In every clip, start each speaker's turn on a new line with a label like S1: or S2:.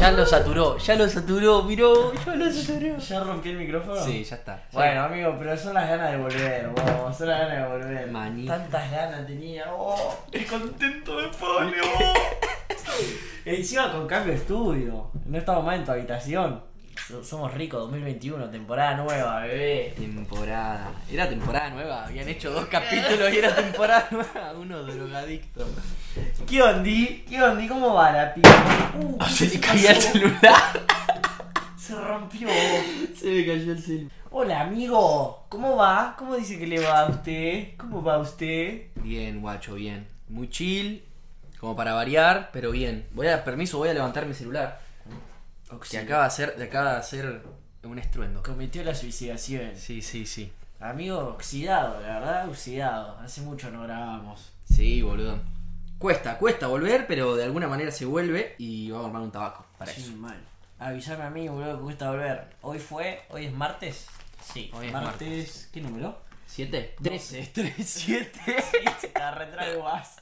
S1: ya lo saturó, ya lo saturó, miró, ya lo saturó.
S2: ¿Ya rompí el micrófono?
S1: Sí, ya está. Ya.
S2: Bueno, amigo, pero son las ganas de volver, vos, son las ganas de volver.
S1: Maní.
S2: Tantas ganas tenía, oh, estoy contento de polio. Encima con cambio de estudio, no estamos más en tu habitación. So- somos ricos, 2021, temporada nueva, bebé.
S1: Temporada. Era temporada nueva, habían hecho dos capítulos y era temporada nueva. Uno drogadicto.
S2: ¿Qué ondi? ¿Qué ondi? ¿Cómo va la piba? Uh,
S1: Ah, Se le caía el celular.
S2: se rompió.
S1: Se me cayó el celular.
S2: Hola, amigo, ¿cómo va? ¿Cómo dice que le va a usted? ¿Cómo va usted?
S1: Bien, guacho, bien. Muy chill, como para variar, pero bien. Voy a, permiso, voy a levantar mi celular. Que
S2: Auxilio.
S1: acaba de hacer, de acaba de hacer un estruendo.
S2: Cometió la suicidación.
S1: Sí, sí, sí.
S2: Amigo, oxidado, la verdad, oxidado. Hace mucho no grabábamos.
S1: Sí, boludo. Cuesta, cuesta volver, pero de alguna manera se vuelve y vamos a armar un tabaco para
S2: Sí,
S1: eso.
S2: mal. Avisame a mí, boludo, que cuesta volver. Hoy fue, hoy es martes. Sí,
S1: Hoy es
S2: ¿Qué número?
S1: ¿Siete?
S2: Trece.
S1: Trece. Siete.
S2: Está retrago más.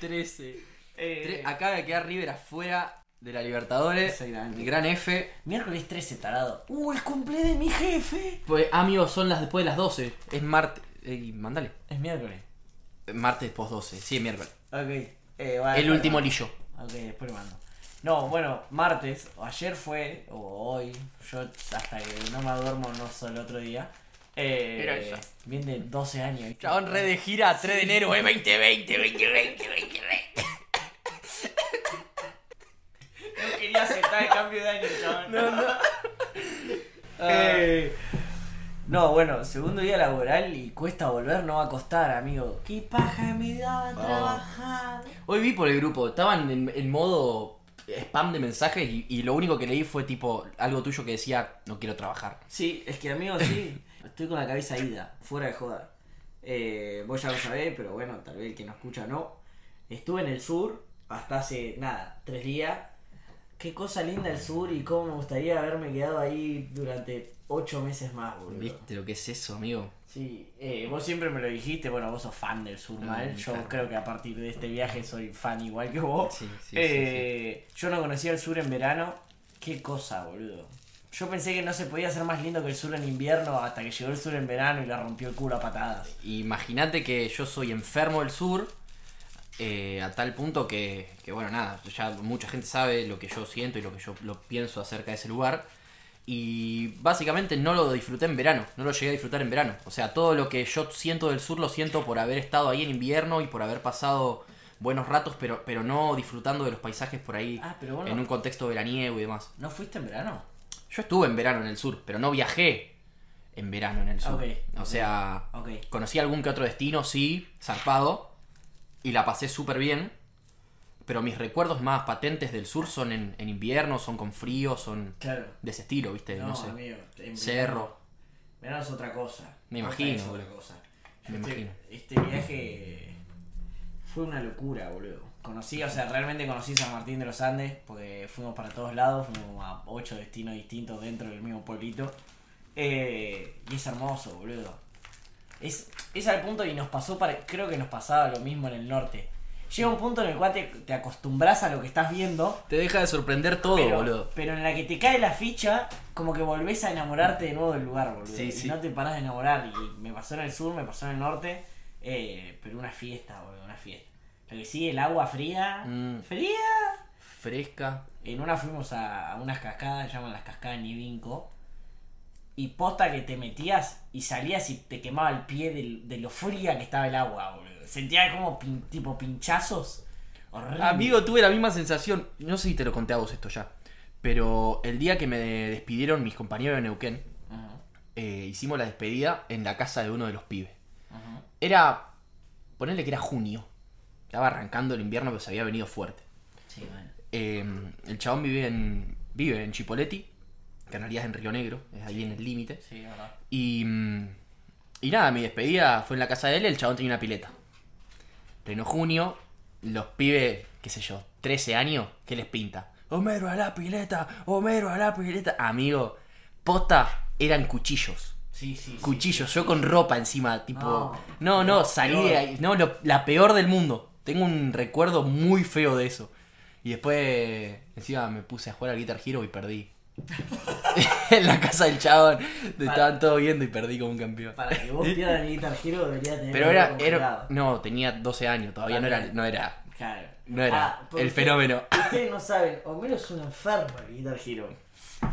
S1: Trece.
S2: Eh,
S1: Tre- Acaba de quedar River afuera de la Libertadores.
S2: Exactamente.
S1: El gran F.
S2: Miércoles 13, tarado. ¡Uh, el cumple de mi jefe!
S1: Pues, amigos, son las después de las 12. Es martes. Ey, mandale.
S2: Es miércoles.
S1: Martes post 12. Sí, es miércoles.
S2: Ok. Eh, vale,
S1: el último
S2: vale.
S1: lillo.
S2: Ok, después le mando. No, bueno, martes, o ayer fue, o hoy, yo hasta que no me duermo no soy el otro día. Eh,
S1: Era esa.
S2: Bien de 12 años. ¿viste?
S1: Chabón, red de gira 3 de enero, eh. 20, 20, 20, 20, 20, 20.
S2: No quería aceptar el cambio de año, chaval. No, no. Eh, no, bueno, segundo día laboral y cuesta volver, no va a costar, amigo. ¿Qué paja me daba trabajar?
S1: Hoy vi por el grupo, estaban en, en modo spam de mensajes y, y lo único que leí fue tipo algo tuyo que decía no quiero trabajar.
S2: Sí, es que amigo, sí. Estoy con la cabeza ida, fuera de joda. Eh, vos ya lo sabés, pero bueno, tal vez el que no escucha no. Estuve en el sur hasta hace, nada, tres días. Qué cosa linda el sur y cómo me gustaría haberme quedado ahí durante ocho meses más, boludo.
S1: ¿Viste lo que es eso, amigo?
S2: Sí, eh, vos siempre me lo dijiste, bueno, vos sos fan del sur,
S1: Mm,
S2: mal. Yo
S1: claro.
S2: creo que a partir de este viaje soy fan igual que vos.
S1: Sí, sí, sí,
S2: Eh, Yo no conocía el sur en verano. Qué cosa, boludo. Yo pensé que no se podía hacer más lindo que el sur en invierno hasta que llegó el sur en verano y la rompió el culo a patadas.
S1: Imagínate que yo soy enfermo del sur, eh, a tal punto que, que, bueno, nada, ya mucha gente sabe lo que yo siento y lo que yo lo pienso acerca de ese lugar. Y básicamente no lo disfruté en verano, no lo llegué a disfrutar en verano. O sea, todo lo que yo siento del sur lo siento por haber estado ahí en invierno y por haber pasado buenos ratos, pero, pero no disfrutando de los paisajes por ahí
S2: Ah, pero bueno.
S1: en un contexto veraniego y demás.
S2: ¿No fuiste en verano?
S1: Yo estuve en verano en el sur, pero no viajé en verano en el sur.
S2: Ah, Ok.
S1: O sea,
S2: Ok.
S1: conocí algún que otro destino, sí, zarpado, y la pasé súper bien. Pero mis recuerdos más patentes del sur son en, en invierno, son con frío, son
S2: Claro.
S1: de ese estilo, ¿viste? Eh, No, sé.
S2: amigo, en
S1: Cerro.
S2: verano- Verano es otra cosa.
S1: Me
S2: Costa
S1: imagino,
S2: es otra
S1: boludo.
S2: cosa.
S1: Me
S2: este,
S1: imagino.
S2: este viaje fue una locura, boludo. Conocí, o sea, realmente conocí San Martín de los Andes, porque fuimos para todos lados, fuimos a ocho destinos distintos dentro del mismo pueblito. Eh, y es hermoso, boludo. Es, es al punto y nos pasó, pare- creo que nos pasaba lo mismo en el norte. Llega un punto en el cual te, te acostumbras a lo que estás viendo
S1: Te deja de sorprender todo,
S2: pero,
S1: boludo.
S2: pero en la que te cae la ficha, como que volvés a enamorarte de nuevo del lugar, boludo.
S1: Sí,
S2: y
S1: sí.
S2: no te parás de enamorar. Y me pasó en el sur, me pasó en el norte. eh, pero una fiesta, boludo, una fiesta. Lo que sí, el agua fría.
S1: Mm.
S2: ¿Fría?
S1: Fresca.
S2: En una fuimos a, a unas cascadas, llaman las cascadas Nivinco. Y posta que te metías y salías y te quemaba el pie del- de lo fría que estaba el agua, boludo. Sentías como pin- tipo pinchazos. Horrible.
S1: Amigo, tuve la misma sensación. No sé si te lo conté a vos esto ya. Pero el día que me despidieron mis compañeros de Neuquén,
S2: Ajá,
S1: eh, hicimos la despedida en la casa de uno de los pibes.
S2: ajá.
S1: Era. Ponerle que era junio. Estaba arrancando el invierno, pero se había venido fuerte.
S2: Sí, bueno.
S1: Eh, el chabón vive en. vive en Chipoletti. Que en realidad es en Río Negro, es ahí en el límite.
S2: Sí, es verdad.
S1: Y. mm, Y nada, mi despedida fue en la casa de él, el chabón tenía una pileta. Pleno junio, los pibes, qué sé yo, 13 años, ¿qué les pinta? Homero a la pileta, Homero a la pileta. Amigo, posta eran cuchillos.
S2: Sí, sí. sí.
S1: cuchillos, yo con ropa encima, tipo.
S2: No.
S1: No, no, salí de
S2: Ah, peor.
S1: ahí. No, lo- la peor del mundo. Tengo un recuerdo muy feo de eso. Y después Encima me puse a jugar al Guitar Hero y perdí. en la casa del chabón. Te
S2: Para-
S1: estaban todos viendo y perdí como un campeón.
S2: Para que vos pierdas el Guitar Hero deberías tener.
S1: Pero
S2: algo
S1: era, era.
S2: complicado.
S1: No, tenía 12 años, todavía no era. No era.
S2: Claro.
S1: No era
S2: Ah, porque
S1: el fenómeno.
S2: Ustedes no saben, Homero es un enfermo de Guitar Hero.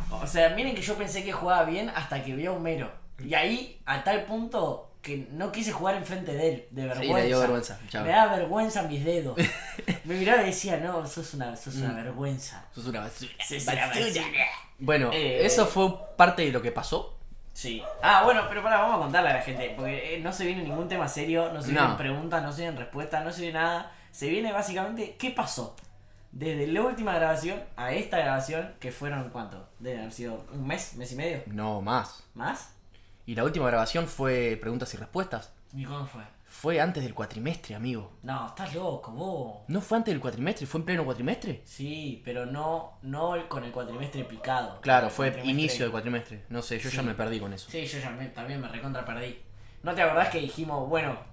S2: O sea, miren que yo pensé que jugaba bien hasta que vi a Homero. Y ahí, a tal punto que no quise jugar enfrente de él, de vergüenza.
S1: le dio vergüenza, chao.
S2: Me daba vergüenza mis dedos. Me miraba y decía, no, sos una, sos una
S1: Mm.
S2: vergüenza.
S1: Sos una basura.
S2: Sos una basura.
S1: Bueno,
S2: Eh,
S1: eso fue parte de lo que pasó.
S2: Sí. Ah, bueno, pero pará, vamos a contarle a la gente, porque eh, no se viene ningún tema serio, no se
S1: No.
S2: vienen preguntas, no se vienen respuestas, no se viene nada. Se viene básicamente qué pasó desde la última grabación a esta grabación, que fueron cuánto? Deben haber sido un mes, mes y medio,
S1: No más.
S2: más.
S1: Y la última grabación fue preguntas y respuestas.
S2: ¿Y cuándo fue?
S1: Fue antes del cuatrimestre, amigo.
S2: No, estás loco, vos.
S1: ¿No fue antes del cuatrimestre? ¿Fue en pleno cuatrimestre?
S2: Sí, pero no, no el- con el cuatrimestre picado.
S1: Claro,
S2: El
S1: fue
S2: cuatrimestre-
S1: inicio del cuatrimestre. No sé, yo ya
S2: Sí.
S1: me perdí con eso.
S2: Sí, yo ya me- también me recontra perdí. ¿No te acordás que dijimos, bueno,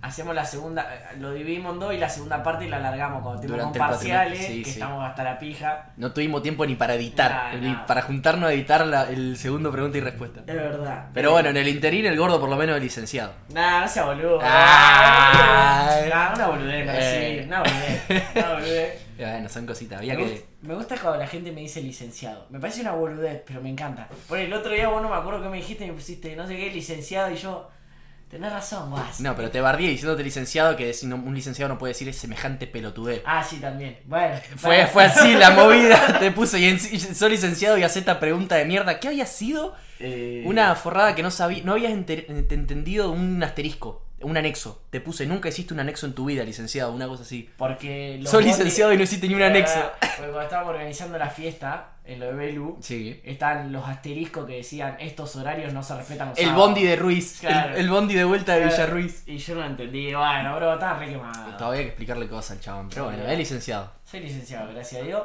S2: hacemos la segunda, eh, lo dividimos en dos y la segunda parte la alargamos cuando tenemos
S1: Durante el
S2: parciales,
S1: cuatrimestre, sí,
S2: que
S1: sí.
S2: estamos hasta la pija?
S1: No tuvimos tiempo ni para editar,
S2: Nah,
S1: ni
S2: nah.
S1: para juntarnos a editar la- el segundo pregunta y respuesta.
S2: Es verdad.
S1: Pero bueno, en el interín el gordo por lo menos es licenciado.
S2: Nah, no sea boludo.
S1: Ah.
S2: nah, una boludez, me
S1: Eh.
S2: sí, una boludez, una boludez.
S1: Y Eh, Bueno, son cositas, había
S2: Me,
S1: que...
S2: gust- me gusta cuando la gente me dice licenciado. Me parece una boludez, pero me encanta. Por el otro día vos no me acuerdo que me dijiste, me pusiste no sé qué, licenciado, y yo, tenés razón, vas.
S1: No, pero te bardié diciéndote licenciado que si no- un licenciado no puede decir es semejante pelotudez.
S2: Ah, sí, también. Bueno.
S1: Fue,
S2: bueno.
S1: fue así la movida, te puse y, en- y soy licenciado y hace esta pregunta de mierda. ¿Qué había sido?
S2: Eh,
S1: Una forrada que no sabía, no habías enter- ent- entendido un asterisco, un anexo. Te puse, nunca hiciste un anexo en tu vida, licenciado, una cosa así.
S2: Porque los
S1: Soy
S2: bondi- Ah.
S1: licenciado y no hiciste ni un
S2: Porque
S1: anexo.
S2: cuando estábamos organizando la fiesta en lo de Belu,
S1: Sí.
S2: estaban los asteriscos que decían estos horarios no se respetan los
S1: El
S2: sábados".
S1: bondi de Ruiz,
S2: Claro.
S1: el, el bondi de vuelta de
S2: Claro. Ah.
S1: Villa Ruiz.
S2: Y yo no entendí, bueno, bro, estaba re quemado.
S1: Todavía hay que explicarle cosas al chabón, pero bueno,
S2: Bien.
S1: es licenciado.
S2: Soy licenciado, gracias a Dios.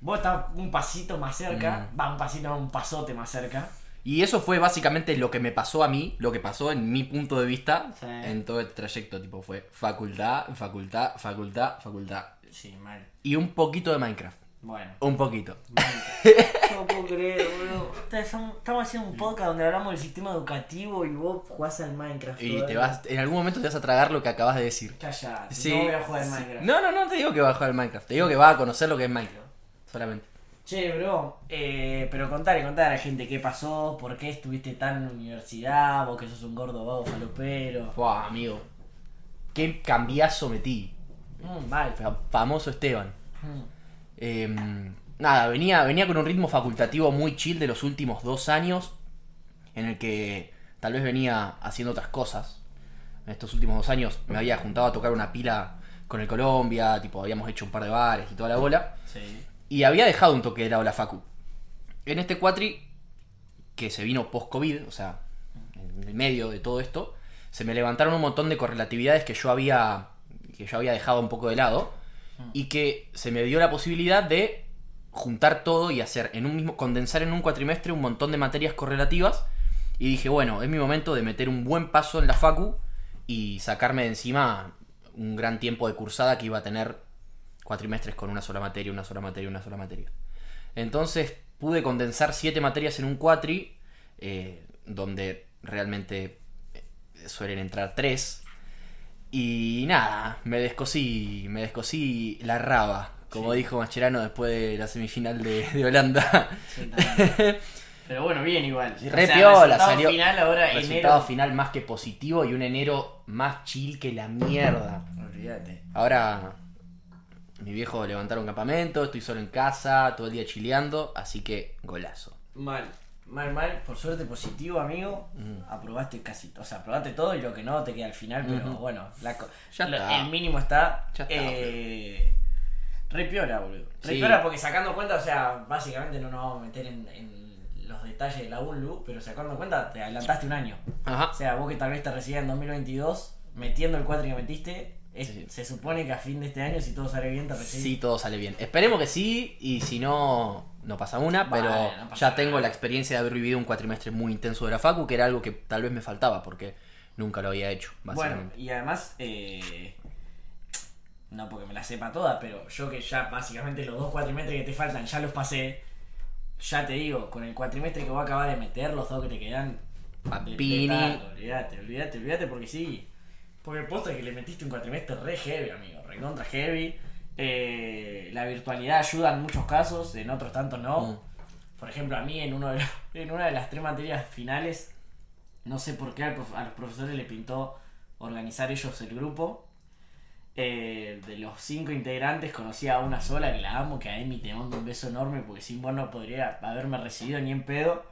S2: Vos estás un pasito más cerca,
S1: Mm.
S2: va un pasito, un pasote más cerca.
S1: Y eso fue básicamente lo que me pasó a mí, lo que pasó en mi punto de vista
S2: Sí.
S1: en todo el trayecto. Tipo, fue facultad, facultad, facultad, facultad.
S2: Sí, mal.
S1: Y un poquito de Minecraft.
S2: Bueno.
S1: Un poquito.
S2: No puedo creer, boludo. Ustedes son- Estamos haciendo un podcast donde hablamos del sistema educativo y vos jugás al Minecraft.
S1: Y
S2: todavía.
S1: te vas, en algún momento te vas a tragar lo que acabas de decir.
S2: Calla,
S1: Sí.
S2: no voy a jugar al
S1: Sí.
S2: Minecraft.
S1: No, no, no te digo que va a jugar al Minecraft. Te digo que va a conocer lo que es Minecraft. Solamente.
S2: Che, bro, eh, pero contale, contale a la gente qué pasó, por qué estuviste tan en la universidad, vos que sos un gordo vago falopero.
S1: Buah, amigo. Qué cambiazo metí.
S2: Mm, mal.
S1: Fa- Famoso Esteban.
S2: Mm.
S1: Eh, nada, venía, venía con un ritmo facultativo muy chill de los últimos dos años, en el que tal vez venía haciendo otras cosas. En estos últimos dos años me había juntado a tocar una pila con el Colombia, tipo habíamos hecho un par de bares y toda la bola,
S2: Sí.
S1: y había dejado un toque de lado la facu. En este cuatri, que se vino post-COVID, o sea, en el medio de todo esto, se me levantaron un montón de correlatividades que yo había, que yo había dejado un poco de lado y que se me dio la posibilidad de juntar todo y hacer en un mismo condensar en un cuatrimestre un montón de materias correlativas y dije, bueno, es mi momento de meter un buen paso en la facu y sacarme de encima un gran tiempo de cursada que iba a tener cuatrimestres con una sola materia, una sola materia, una sola materia. Entonces pude condensar siete materias en un cuatri, eh, donde realmente eh, suelen entrar tres. Y nada, me descosí, me descosí la raba, como dijo Mascherano después de la semifinal de, de Holanda.
S2: sí, también. pero bueno, bien igual. O
S1: Re
S2: sea,
S1: piola,
S2: resultado
S1: salió-
S2: final ahora
S1: Resultado
S2: enero.
S1: final más que positivo y un enero más chill que la mierda.
S2: Olvídate.
S1: Ahora mi viejo levantaron campamento, estoy solo en casa, todo el día chileando, así que golazo.
S2: Mal. Mal, mal. Por suerte positivo, amigo.
S1: Mm.
S2: Aprobaste casi, o sea, aprobaste todo y lo que no te queda al final, pero bueno, la co-
S1: Ya
S2: lo-
S1: está.
S2: el mínimo está.
S1: Ya está,
S2: eh, Re piola, boludo. Re
S1: Sí.
S2: piola porque sacando cuenta, o sea, básicamente no nos vamos a meter en, en los detalles de la UNLU, pero sacando cuenta, te adelantaste un año.
S1: Ajá.
S2: O sea, vos que tal vez te recibas en 2022, metiendo el 4 que metiste, es-
S1: Sí.
S2: se supone que a fin de este año, si todo sale bien, te
S1: Si
S2: recibís.
S1: todo sale bien. Esperemos que sí, y si no, no pasa una,
S2: Vale,
S1: pero
S2: no pasa
S1: ya
S2: nada.
S1: tengo la experiencia de haber vivido un cuatrimestre muy intenso de la Facu, que era algo que tal vez me faltaba, porque nunca lo había hecho,
S2: Bueno,
S1: básicamente.
S2: y además, eh, No porque me las sepa todas, pero yo que ya básicamente los dos cuatrimestres que te faltan ya los pasé. Ya te digo, con el cuatrimestre que vos acabas de meter, los dos que te quedan. de- de
S1: Papini.
S2: tardo, Olvídate, olvídate, olvídate porque sí. Porque posta que le metiste un cuatrimestre re heavy, amigo. Re contra heavy. Eh, la virtualidad ayuda en muchos casos, en otros tantos no.
S1: Mm.
S2: Por ejemplo, a mí en, uno de los- en una de las tres materias finales, no sé por qué al prof- a los profesores les pintó organizar ellos el grupo. Eh, de los cinco integrantes conocía a una sola que la amo, que a Emi te mando un beso enorme porque sin vos no podría haberme recibido ni en pedo.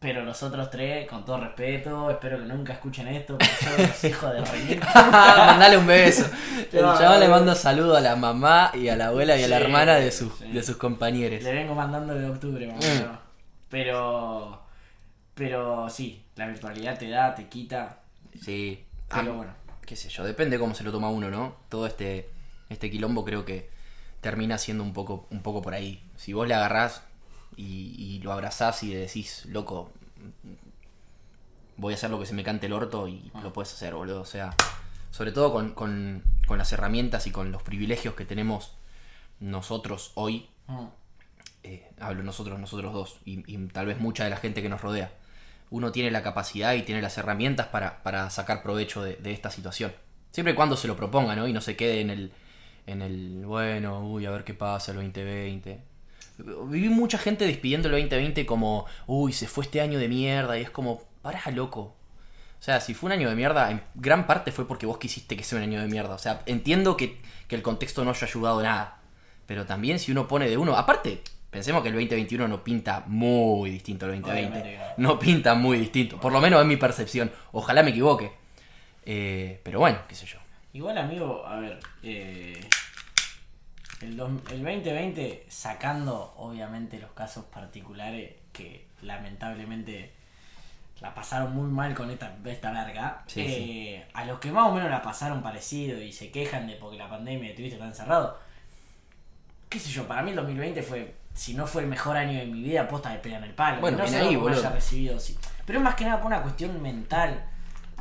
S2: Pero los otros tres, con todo respeto, espero que nunca escuchen esto, porque son los hijos de Renin.
S1: Mandale un beso. El
S2: No,
S1: chaval le
S2: no.
S1: manda saludo a la mamá y a la abuela y a la
S2: Sí,
S1: hermana de sus,
S2: sí.
S1: de sus compañeros.
S2: Le vengo mandando de octubre, mamá,
S1: Mm.
S2: no. Pero. Pero sí, la virtualidad te da, te quita.
S1: Sí. Ah,
S2: Pero bueno.
S1: qué sé yo, depende cómo se lo toma uno, ¿no? Todo este, este quilombo creo que termina siendo un poco, un poco por ahí. Si vos le agarrás y, y lo abrazás y le decís, loco, voy a hacer lo que se me cante el orto y
S2: Ah.
S1: lo puedes hacer, boludo. O sea, sobre todo con, con- con las herramientas y con los privilegios que tenemos nosotros hoy.
S2: Mm.
S1: eh, hablo nosotros, nosotros dos, y, y tal vez mucha de la gente que nos rodea. Uno tiene la capacidad y tiene las herramientas para, para sacar provecho de, de esta situación. Siempre y cuando se lo proponga, ¿no? Y no se quede en el, en el, bueno, uy, a ver qué pasa el 2020. Viví mucha gente despidiendo el 2020 como, uy, se fue este año de mierda, y es como, pará, loco. O sea, si fue un año de mierda, en gran parte fue porque vos quisiste que sea un año de mierda. O sea, entiendo que, que el contexto no haya ayudado nada. Pero también si uno pone de uno. Aparte, pensemos que el 2021 no pinta muy distinto al 2020.
S2: Obviamente que
S1: No pinta muy distinto. Por lo menos es mi percepción. Ojalá me equivoque. Eh, pero bueno, qué sé yo.
S2: Igual, amigo, a ver. eh, el, dos- el 2020, sacando obviamente los casos particulares que lamentablemente la pasaron muy mal con esta, esta verga.
S1: Sí,
S2: eh, A los que más o menos la pasaron parecido y se quejan de porque la pandemia y estuviste tan encerrado. Qué sé yo, para mí el 2020 fue. Si no fue el mejor año de mi vida, posta de pegan el palo.
S1: Bueno,
S2: no
S1: bien
S2: sé
S1: ahí,
S2: cómo
S1: boludo.
S2: haya recibido, sí. Pero es más que nada por una cuestión mental.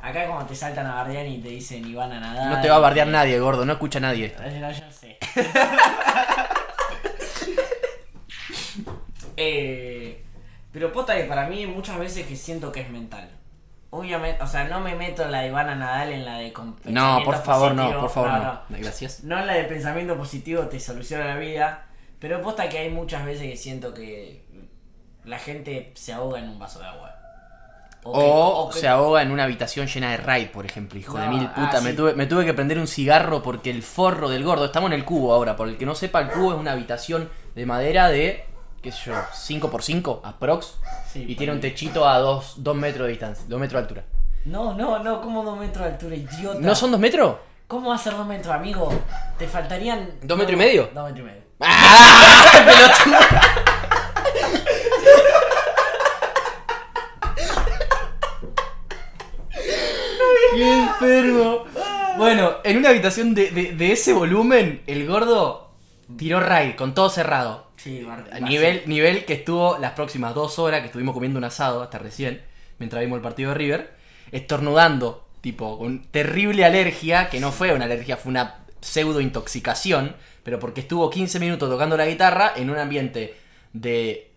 S2: Acá como te saltan a bardear y te dicen y van a nadar.
S1: No te va a bardear nadie, gordo. No escucha nadie esto.
S2: Eh, no, yo sé. Eh, pero posta que para mí muchas veces que siento que es mental. Obviamente, o sea, no me meto en la de Ivana Nadal en la de con
S1: No, por
S2: pensamiento
S1: favor, no.
S2: positivo.
S1: Por favor, no. Gracias.
S2: No en la de pensamiento positivo te soluciona la vida, pero posta que hay muchas veces que siento que la gente se ahoga en un vaso de agua. que-
S1: O
S2: que-
S1: se ahoga en una habitación llena de ray, por ejemplo, hijo de
S2: No,
S1: mil puta.
S2: ah,
S1: me,
S2: sí.
S1: tuve, me tuve que prender un cigarro porque el forro del gordo. Estamos en el cubo ahora. Por el que no sepa, el cubo es una habitación de madera de, qué sé yo, 5x5, aprox.
S2: Sí,
S1: y
S2: por
S1: tiene un
S2: ahí.
S1: techito a 2 metros de distancia, 2 metros de altura.
S2: No, no, no, como dos metros de altura, idiota.
S1: ¿No son 2 metros?
S2: ¿Cómo va a ser dos metros, amigo? Te faltarían.
S1: ¿Dos metros y medio?
S2: Dos metros y medio.
S1: ¡Qué enfermo! Bueno, en una habitación de, de- de ese volumen, el gordo tiró ray con todo cerrado.
S2: Sí, bar-
S1: A
S2: bar-
S1: nivel, nivel que estuvo las próximas dos horas que estuvimos comiendo un asado hasta recién, mientras vimos el partido de River, estornudando, tipo, con terrible alergia, que no fue una alergia, fue una pseudo intoxicación, pero porque estuvo 15 minutos tocando la guitarra en un ambiente de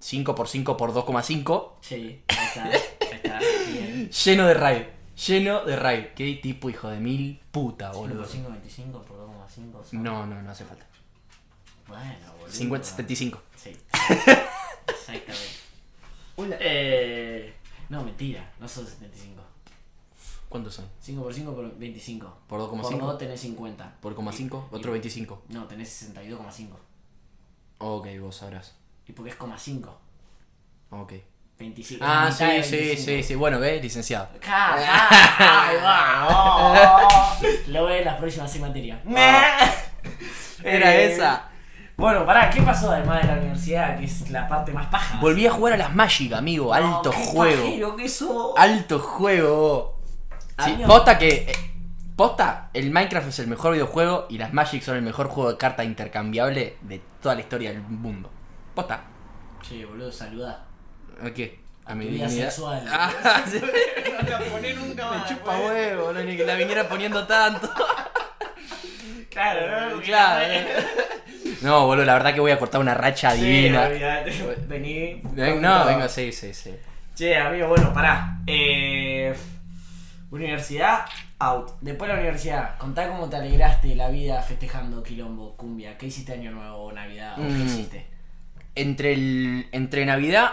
S1: 5x5x2,5,
S2: Sí, ahí está. Ahí está. Bien.
S1: lleno de raid, lleno de raid. Qué tipo hijo de mil puta,
S2: 5
S1: boludo.
S2: por 5, 25 por 2,5. son-
S1: No, no, no hace falta.
S2: Bueno, boludo.
S1: 50, 75.
S2: Sí. Exactamente. Eh, no, mentira. No son 75.
S1: ¿Cuántos son?
S2: 5 por 5 por 25.
S1: ¿Por 2,5?
S2: Por 2 tenés 50.
S1: ¿Por coma
S2: Y-
S1: 5?
S2: y-
S1: ¿Otro 25?
S2: No, tenés 62,5.
S1: Ok, vos sabrás.
S2: Y porque es coma 5.
S1: Ok.
S2: 25.
S1: Ah,
S2: la mitad
S1: sí,
S2: de
S1: sí,
S2: 25.
S1: sí, sí. Bueno, ve, licenciado.
S2: Ahí va, oh. Lo ve en las próximas seis materias.
S1: Era
S2: Eh,
S1: esa.
S2: Bueno, pará, ¿qué pasó además de la universidad? Que es la parte más paja.
S1: Volví a jugar a las Magic, amigo.
S2: No,
S1: Alto
S2: qué
S1: juego.
S2: pajero que sos.
S1: Alto juego. Sí,
S2: Amigo.
S1: posta que. eh, Posta, el Minecraft es el mejor videojuego y las Magic son el mejor juego de carta intercambiable de toda la historia del mundo. Posta.
S2: Che, boludo, saludá.
S1: ¿A qué? A mi
S2: Tu vida
S1: dignidad.
S2: sexual.
S1: Ah, sí,
S3: No la poné nunca
S1: me
S3: más.
S2: pues.
S1: chupa huevo, no, ni que la viniera poniendo tanto.
S2: Claro, ¿no?
S1: Claro. No, boludo, la verdad que voy a cortar una racha
S2: Sí,
S1: divina.
S2: olvidate. Vení.
S1: Ven- No, venga, sí, sí, sí.
S2: Che, amigo, bueno, pará. Eh, universidad, out. Después de la universidad, contá cómo te alegraste la vida festejando quilombo, cumbia. ¿Qué hiciste año nuevo, navidad? ¿O qué
S1: Mm.
S2: hiciste?
S1: Entre, el, entre Navidad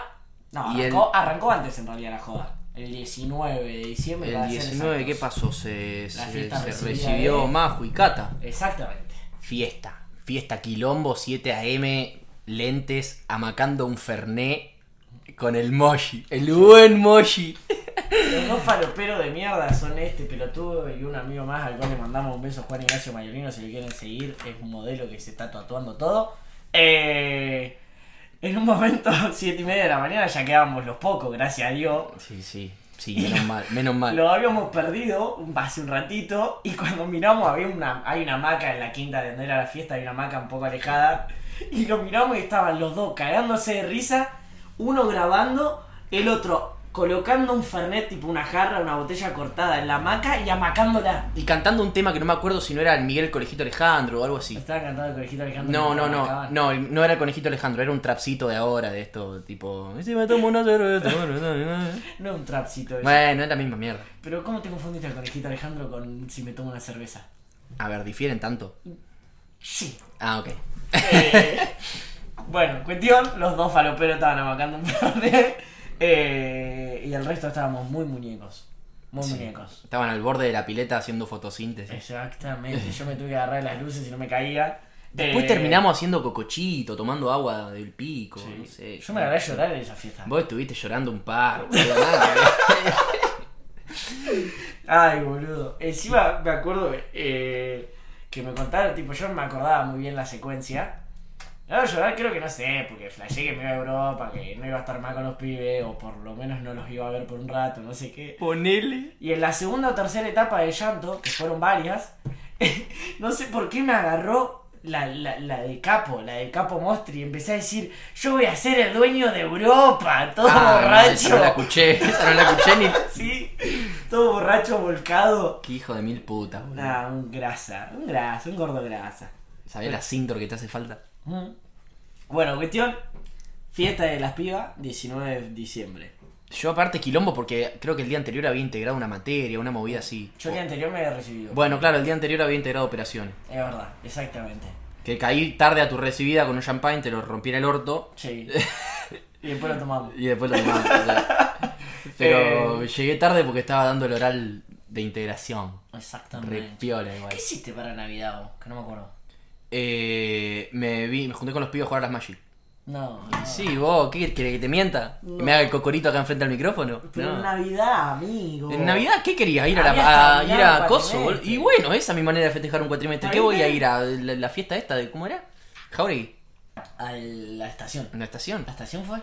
S2: No,
S1: y el,
S2: arrancó, arrancó antes en realidad la joda. El 19 de diciembre. para
S1: el
S2: ser
S1: 19, ¿qué
S2: exactos.
S1: pasó? Se, se,
S2: fiesta
S1: se
S2: recibida
S1: recibió
S2: de-
S1: Majo y Cata.
S2: Exactamente.
S1: Fiesta. Fiesta quilombo, 7 AM, lentes, amacando un ferné con el moshi. El buen moshi.
S2: Los dos faloperos de mierda son este pelotudo y un amigo más al cual le mandamos un beso Juan Ignacio Mayorino si lo quieren seguir. Es un modelo que se está tatuando todo. Eh, en un momento, siete y media de la mañana, ya quedábamos los pocos, gracias a Dios.
S1: Sí, sí, sí, menos mal, menos mal.
S2: Lo habíamos perdido hace un ratito y cuando miramos había una, hay una hamaca en la quinta de donde era la fiesta, hay una hamaca un poco alejada. Y lo miramos y estaban los dos cagándose de risa, uno grabando, el otro colocando un fernet, tipo una jarra, una botella cortada en la hamaca y amacándola.
S1: Y cantando un tema que no me acuerdo si no era el Miguel Conejito Alejandro o algo así.
S2: Estaba cantando el conejito Alejandro.
S1: No,
S2: y
S1: no, no,
S2: amacaban.
S1: no, el- no era el Conejito Alejandro, era un trapcito de ahora, de esto, tipo... "Y si me tomo una cerveza, bueno, no, no, no".
S2: No un trapcito. ese.
S1: Bueno, es la misma mierda.
S2: Pero ¿cómo te confundiste al conejito Alejandro con si me tomo una cerveza?
S1: A ver, difieren tanto.
S2: Sí.
S1: Ah, ok.
S2: Eh, bueno, cuestión, los dos faloperos estaban amacando un verde. eh, y el resto estábamos muy muñecos. Muy
S1: Sí.
S2: muñecos.
S1: Estaban al borde de la pileta haciendo fotosíntesis.
S2: Exactamente. Yo me tuve que agarrar de las luces y no me caía.
S1: Después
S2: Eh,
S1: terminamos haciendo cocochito, tomando agua del pico,
S2: sí.
S1: no sé.
S2: Yo me agarré a llorar en esa fiesta.
S1: Vos estuviste llorando un par, boludo, nada ¿eh? que ver.
S2: Ay, boludo. Encima me acuerdo eh, que me contaron, tipo, yo no me acordaba muy bien la secuencia. Ahora llorar creo que no sé, porque flashé que me iba a Europa, que no iba a estar más con los pibes, o por lo menos no los iba a ver por un rato, no sé qué.
S1: Ponele.
S2: Y en la segunda o tercera etapa de llanto, que fueron varias, no sé por qué me agarró la, la, la de capo, la de capo mostri. Y empecé a decir, yo voy a ser el dueño de Europa, todo
S1: Ah, no, esa
S2: borracho.
S1: no la escuché, esa no la escuché ni.
S2: sí, todo borracho volcado.
S1: Qué hijo de mil putas, boludo.
S2: Nah, un grasa, un grasa, un gordo grasa.
S1: ¿Sabés la cintor que te hace falta?
S2: Mm. Bueno, cuestión, fiesta de las pibas, 19 de diciembre.
S1: Yo aparte quilombo porque creo que el día anterior había integrado una materia, una movida así.
S2: Yo el día anterior me había recibido.
S1: Bueno, claro, el día anterior había integrado operaciones.
S2: Es verdad, exactamente.
S1: Que caí tarde a tu recibida con un champagne, te lo rompiera el orto
S2: Sí. y después lo tomamos.
S1: y después lo tomamos. o sea. Pero
S2: Eh.
S1: llegué tarde porque estaba dando el oral de integración. Re
S2: Exactamente.
S1: piola igual.
S2: ¿Qué hiciste para Navidad vos? Que no me acuerdo.
S1: Eh, me, vi, me junté con los pibes a jugar a las Magic.
S2: No.
S1: Sí, vos, ¿qué querés que te mienta? ¿Que ¿Me haga el cocorito acá enfrente al micrófono?
S2: Pero
S1: No.
S2: en Navidad, amigo.
S1: ¿En Navidad qué querías? ¿Ir a,
S2: Había
S1: la, a- ir
S2: terminado
S1: a
S2: el
S1: Coso? bol-
S2: cuatrimestre.
S1: Y bueno, esa es mi manera de festejar un cuatrimestre. ¿Qué voy a
S2: ¿Viste?
S1: ir a la, la fiesta esta de cómo era? Jauregui,
S2: A la estación.
S1: en la estación.
S2: ¿La estación fue?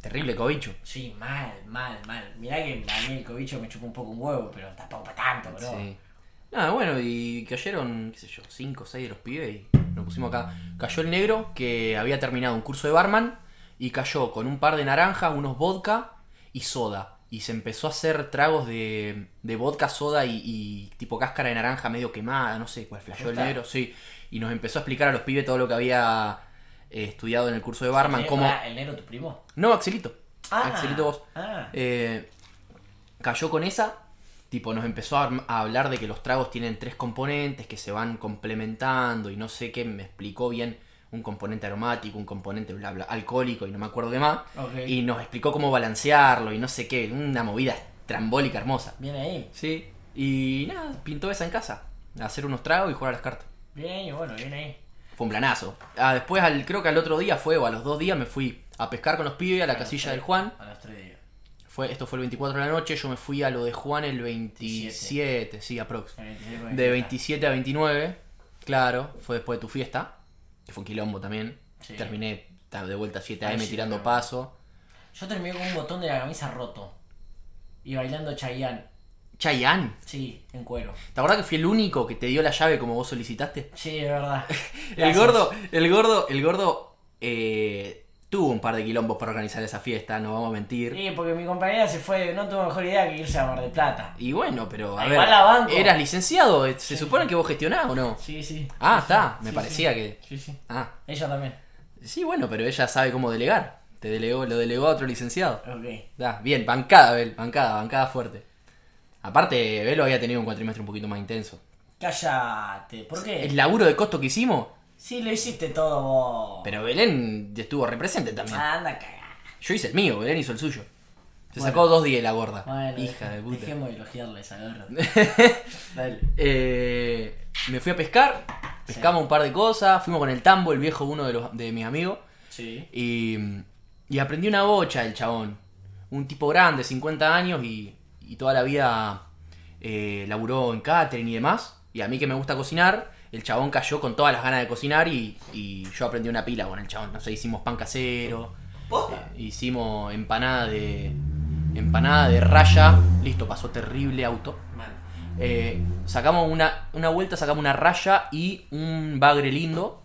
S1: Terrible cobicho.
S2: Sí, mal, mal, mal. Mirá que a mí el cobicho me chupó un poco un huevo, pero tampoco para tanto, bro.
S1: Sí. Nada, bueno, y cayeron, qué sé yo, 5 o 6 de los pibes y nos pusimos acá. Cayó el negro que había terminado un curso de barman y cayó con un par de naranjas, unos vodka y soda. Y se empezó a hacer tragos de, de vodka, soda y, y tipo cáscara de naranja medio quemada, no sé cuál, flasheó el
S2: Posta.
S1: negro, sí. Y nos empezó a explicar a los pibes todo lo que había eh, estudiado en el curso de barman.
S2: ¿El-
S1: Como...
S2: ah, ¿El negro tu primo?
S1: No, Axelito.
S2: Ah.
S1: Axelito vos.
S2: Ah.
S1: Eh, cayó con esa. Tipo, nos empezó a, arm- a hablar de que los tragos tienen tres componentes que se van complementando y no sé qué. Me explicó bien un componente aromático, un componente bla, bla, alcohólico y no me acuerdo qué más.
S2: Ok.
S1: Y nos explicó cómo balancearlo y no sé qué. Una movida trambólica hermosa.
S2: Bien ahí.
S1: Sí. Y nada, pintó esa en casa. Hacer unos tragos y jugar a las cartas.
S2: Bien ahí, bueno, bien ahí.
S1: Fue un planazo. Ah, después, al, creo que al otro día fue, o a los dos días, me fui a pescar con los pibes a
S2: Ah,
S1: la casilla del Juan.
S2: A los tres días.
S1: Fue, esto fue el 24 de la noche, yo me fui a lo de Juan el 27, sí, aprox.
S2: El 26 con el
S1: De
S2: fiesta.
S1: 27 a 29, claro, fue después de tu fiesta, que fue un quilombo también.
S2: Sí.
S1: Terminé ta- de vuelta a 7
S2: Ay,
S1: AM
S2: sí,
S1: tirando
S2: pero-
S1: paso.
S2: Yo terminé con un botón de la camisa roto. Y bailando Chayanne.
S1: Chayanne,
S2: Sí, en cuero.
S1: ¿te acordás que fui el único que te dio la llave como vos solicitaste?
S2: Sí, es verdad.
S1: El
S2: Gracias.
S1: gordo, el gordo, el gordo eh, tuvo un par de quilombos para organizar esa fiesta, no vamos a mentir.
S2: Sí, porque mi compañera se fue, no tuvo mejor idea que irse a Mar del Plata.
S1: Y bueno, pero a
S2: Igual
S1: ver,
S2: la banco.
S1: eras licenciado, eh, se supone que vos gestionás o no.
S2: Sí, sí.
S1: Ah,
S2: Sí,
S1: está,
S2: sí.
S1: me
S2: Sí,
S1: parecía
S2: sí.
S1: que-
S2: Sí, sí.
S1: Ah,
S2: Ella también.
S1: sí, bueno, pero ella sabe cómo delegar. Te delegó, lo delegó a otro licenciado.
S2: Ok.
S1: Da, bien, bancada, Bel, bancada, bancada fuerte. Aparte, Belo había tenido un cuatrimestre un poquito más intenso.
S2: Cállate, ¿por
S1: El
S2: qué?
S1: laburo de costo que hicimos,
S2: Sí, lo hiciste todo vos.
S1: pero Belén estuvo represente también.
S2: Ah, Anda a cagar.
S1: Yo hice el mío, Belén hizo el suyo. Se
S2: Bueno.
S1: sacó dos 10 la gorda.
S2: Bueno,
S1: Hija
S2: deja-
S1: de puta.
S2: Dejemos de elogiarles, agarra. Dale.
S1: Eh, me fui a pescar, pescamos un par de cosas, fuimos con el tambo, el viejo uno de, los, de mis amigos,
S2: Sí.
S1: y, y aprendí una bocha del chabón. Un tipo grande, 50 años, y, y toda la vida eh, laburó en catering y demás. Y a mí que me gusta cocinar, el chabón cayó con todas las ganas de cocinar y, y yo aprendí una pila con el chabón. No sé, hicimos pan casero,
S2: ¿Posta?
S1: eh, hicimos empanada de, empanada de raya, listo, pasó terrible auto.
S2: Mal.
S1: Eh, sacamos una, una vuelta, sacamos una raya y un bagre lindo.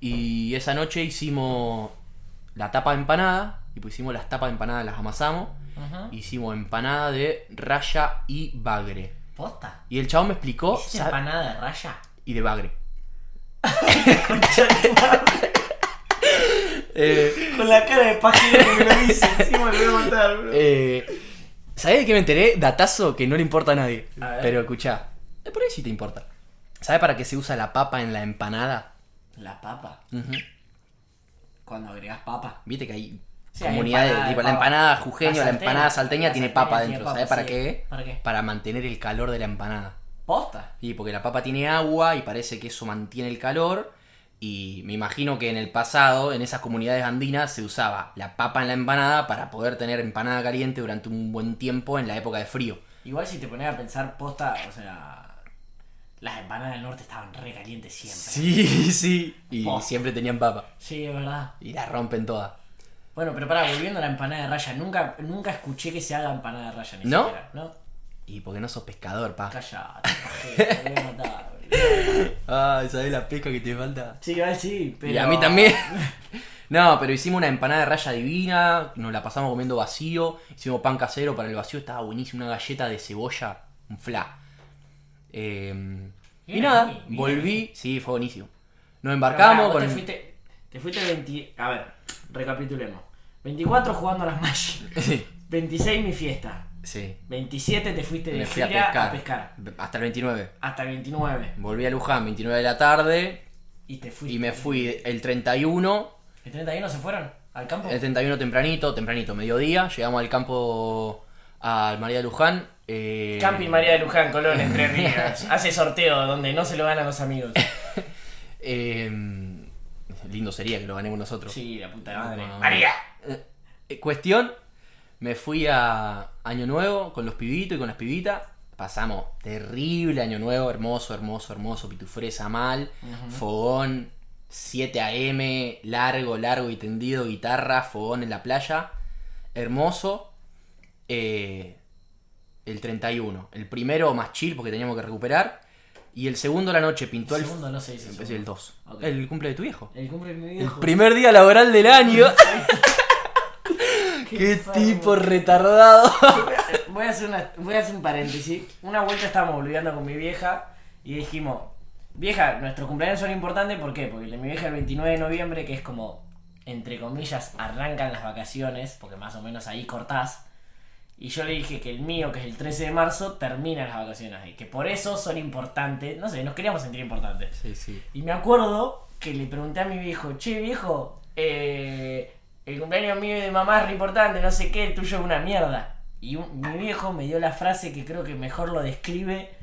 S1: Y esa noche hicimos la tapa de empanada. Y pues hicimos las tapas de empanada, las amasamos.
S2: Ajá.
S1: Hicimos empanada de raya y bagre.
S2: ¿Posta?
S1: Y el chabón me explicó.
S2: ¿Hiciste
S1: sa-
S2: empanada de raya?
S1: Y de bagre.
S2: Concha de tu madre.
S1: Eh,
S2: Con la cara de página que me lo dice, encima lo voy a matar, bro.
S1: Eh, ¿Sabés de qué me enteré? Datazo que no le importa a nadie.
S2: A ver.
S1: Pero escuchá, eh, por ahí sí te importa. ¿Sabés para qué se usa la papa en la empanada?
S2: La papa.
S1: Ujú.
S2: Cuando agregás papa.
S1: Viste que hay
S2: Sí, hay
S1: comunidades,
S2: empanada de
S1: tipo la
S2: papa.
S1: empanada jujeño,
S2: La
S1: la
S2: salteña.
S1: empanada salteña
S2: La
S1: tiene
S2: salteña
S1: papa
S2: tiene
S1: dentro.
S2: papa,
S1: ¿Sabes para
S2: sí.
S1: qué?
S2: ¿Para qué?
S1: Para mantener el calor de la empanada.
S2: ¿Posta?
S1: Y porque la papa tiene agua y parece que eso mantiene el calor. Y me imagino que en el pasado, en esas comunidades andinas, se usaba la papa en la empanada para poder tener empanada caliente durante un buen tiempo en la época de frío.
S2: Igual si te pones a pensar posta, o sea. Las empanadas del norte estaban re calientes siempre.
S1: Sí, sí. Y
S2: Oh.
S1: siempre tenían papa.
S2: Sí, es verdad.
S1: Y la rompen toda.
S2: Bueno, pero pará, volviendo a la empanada de raya, nunca, nunca escuché que se haga empanada de raya ni
S1: ¿No?
S2: siquiera. ¿No?
S1: Y porque no sos pescador, pa.
S2: Callate, pajero, te voy a matar, boludo.
S1: Ay, ¿sabés la pesca que te falta?
S2: Sí, igual sí, pero.
S1: Y a mí también. No, pero hicimos una empanada de raya divina, nos la pasamos comiendo vacío, hicimos pan casero para el vacío, estaba buenísimo, una galleta de cebolla, un fla. Eh, y
S2: Bien
S1: nada,
S2: ahí, bien
S1: volví, sí, fue buenísimo. Nos
S2: Pero pará,
S1: embarcamos
S2: vos
S1: con...
S2: Te fuiste, te fuiste 20. A ver, recapitulemos: 24 jugando a las Magic,
S1: Sí,
S2: 26 mi fiesta,
S1: sí.
S2: 27 te fuiste de
S1: Me fui a
S2: gira
S1: pescar.
S2: a pescar,
S1: Hasta el 29.
S2: hasta el 29.
S1: Volví a Luján, 29 de la tarde,
S2: Y te fuiste.
S1: y me fui el 31
S2: ¿El 31 se fueron? ¿Al campo?
S1: El 31 tempranito, tempranito, mediodía, llegamos al campo al María de Luján. eh,
S2: Camping María de Luján, Colón, Entre Ríos. Hace sorteo donde no se lo ganan los amigos.
S1: eh, lindo sería que lo ganemos nosotros.
S2: Sí, la puta madre.
S1: No.
S2: ¡María!
S1: Eh, cuestión, me fui a Año Nuevo con los pibitos y con las pibitas. Pasamos terrible Año Nuevo, hermoso, hermoso, hermoso, pitufresa mal, fogón, 7 AM, largo, largo y tendido, guitarra, fogón en la playa, hermoso. Eh, el 31, el primero más chill porque teníamos que recuperar. Y el segundo la noche pintó
S2: El
S1: el...
S2: segundo no se dice.
S1: Es
S2: segundo.
S1: el 2.
S2: Ok.
S1: El cumple de tu viejo.
S2: El cumple de mi
S1: El
S2: viejo.
S1: primer día laboral del año. Qué
S2: enfermo.
S1: tipo retardado.
S2: Voy a, hacer una- voy a hacer un paréntesis. Una vuelta estábamos volviendo con mi vieja y dijimos, vieja, nuestros cumpleaños son importantes, ¿por qué? Porque el de mi vieja el 29 de noviembre, que es como, entre comillas, arrancan las vacaciones, porque más o menos ahí cortás. Y yo le dije que el mío, que es el 13 de marzo, terminan las vacaciones ahí. Que por eso son importantes. No sé, nos queríamos sentir importantes.
S1: Sí, sí.
S2: Y me acuerdo que le pregunté a mi viejo, che viejo, eh, el cumpleaños mío y de mamá es re importante, no sé qué, el tuyo es una mierda. Y un- mi viejo me dio la frase que creo que mejor lo describe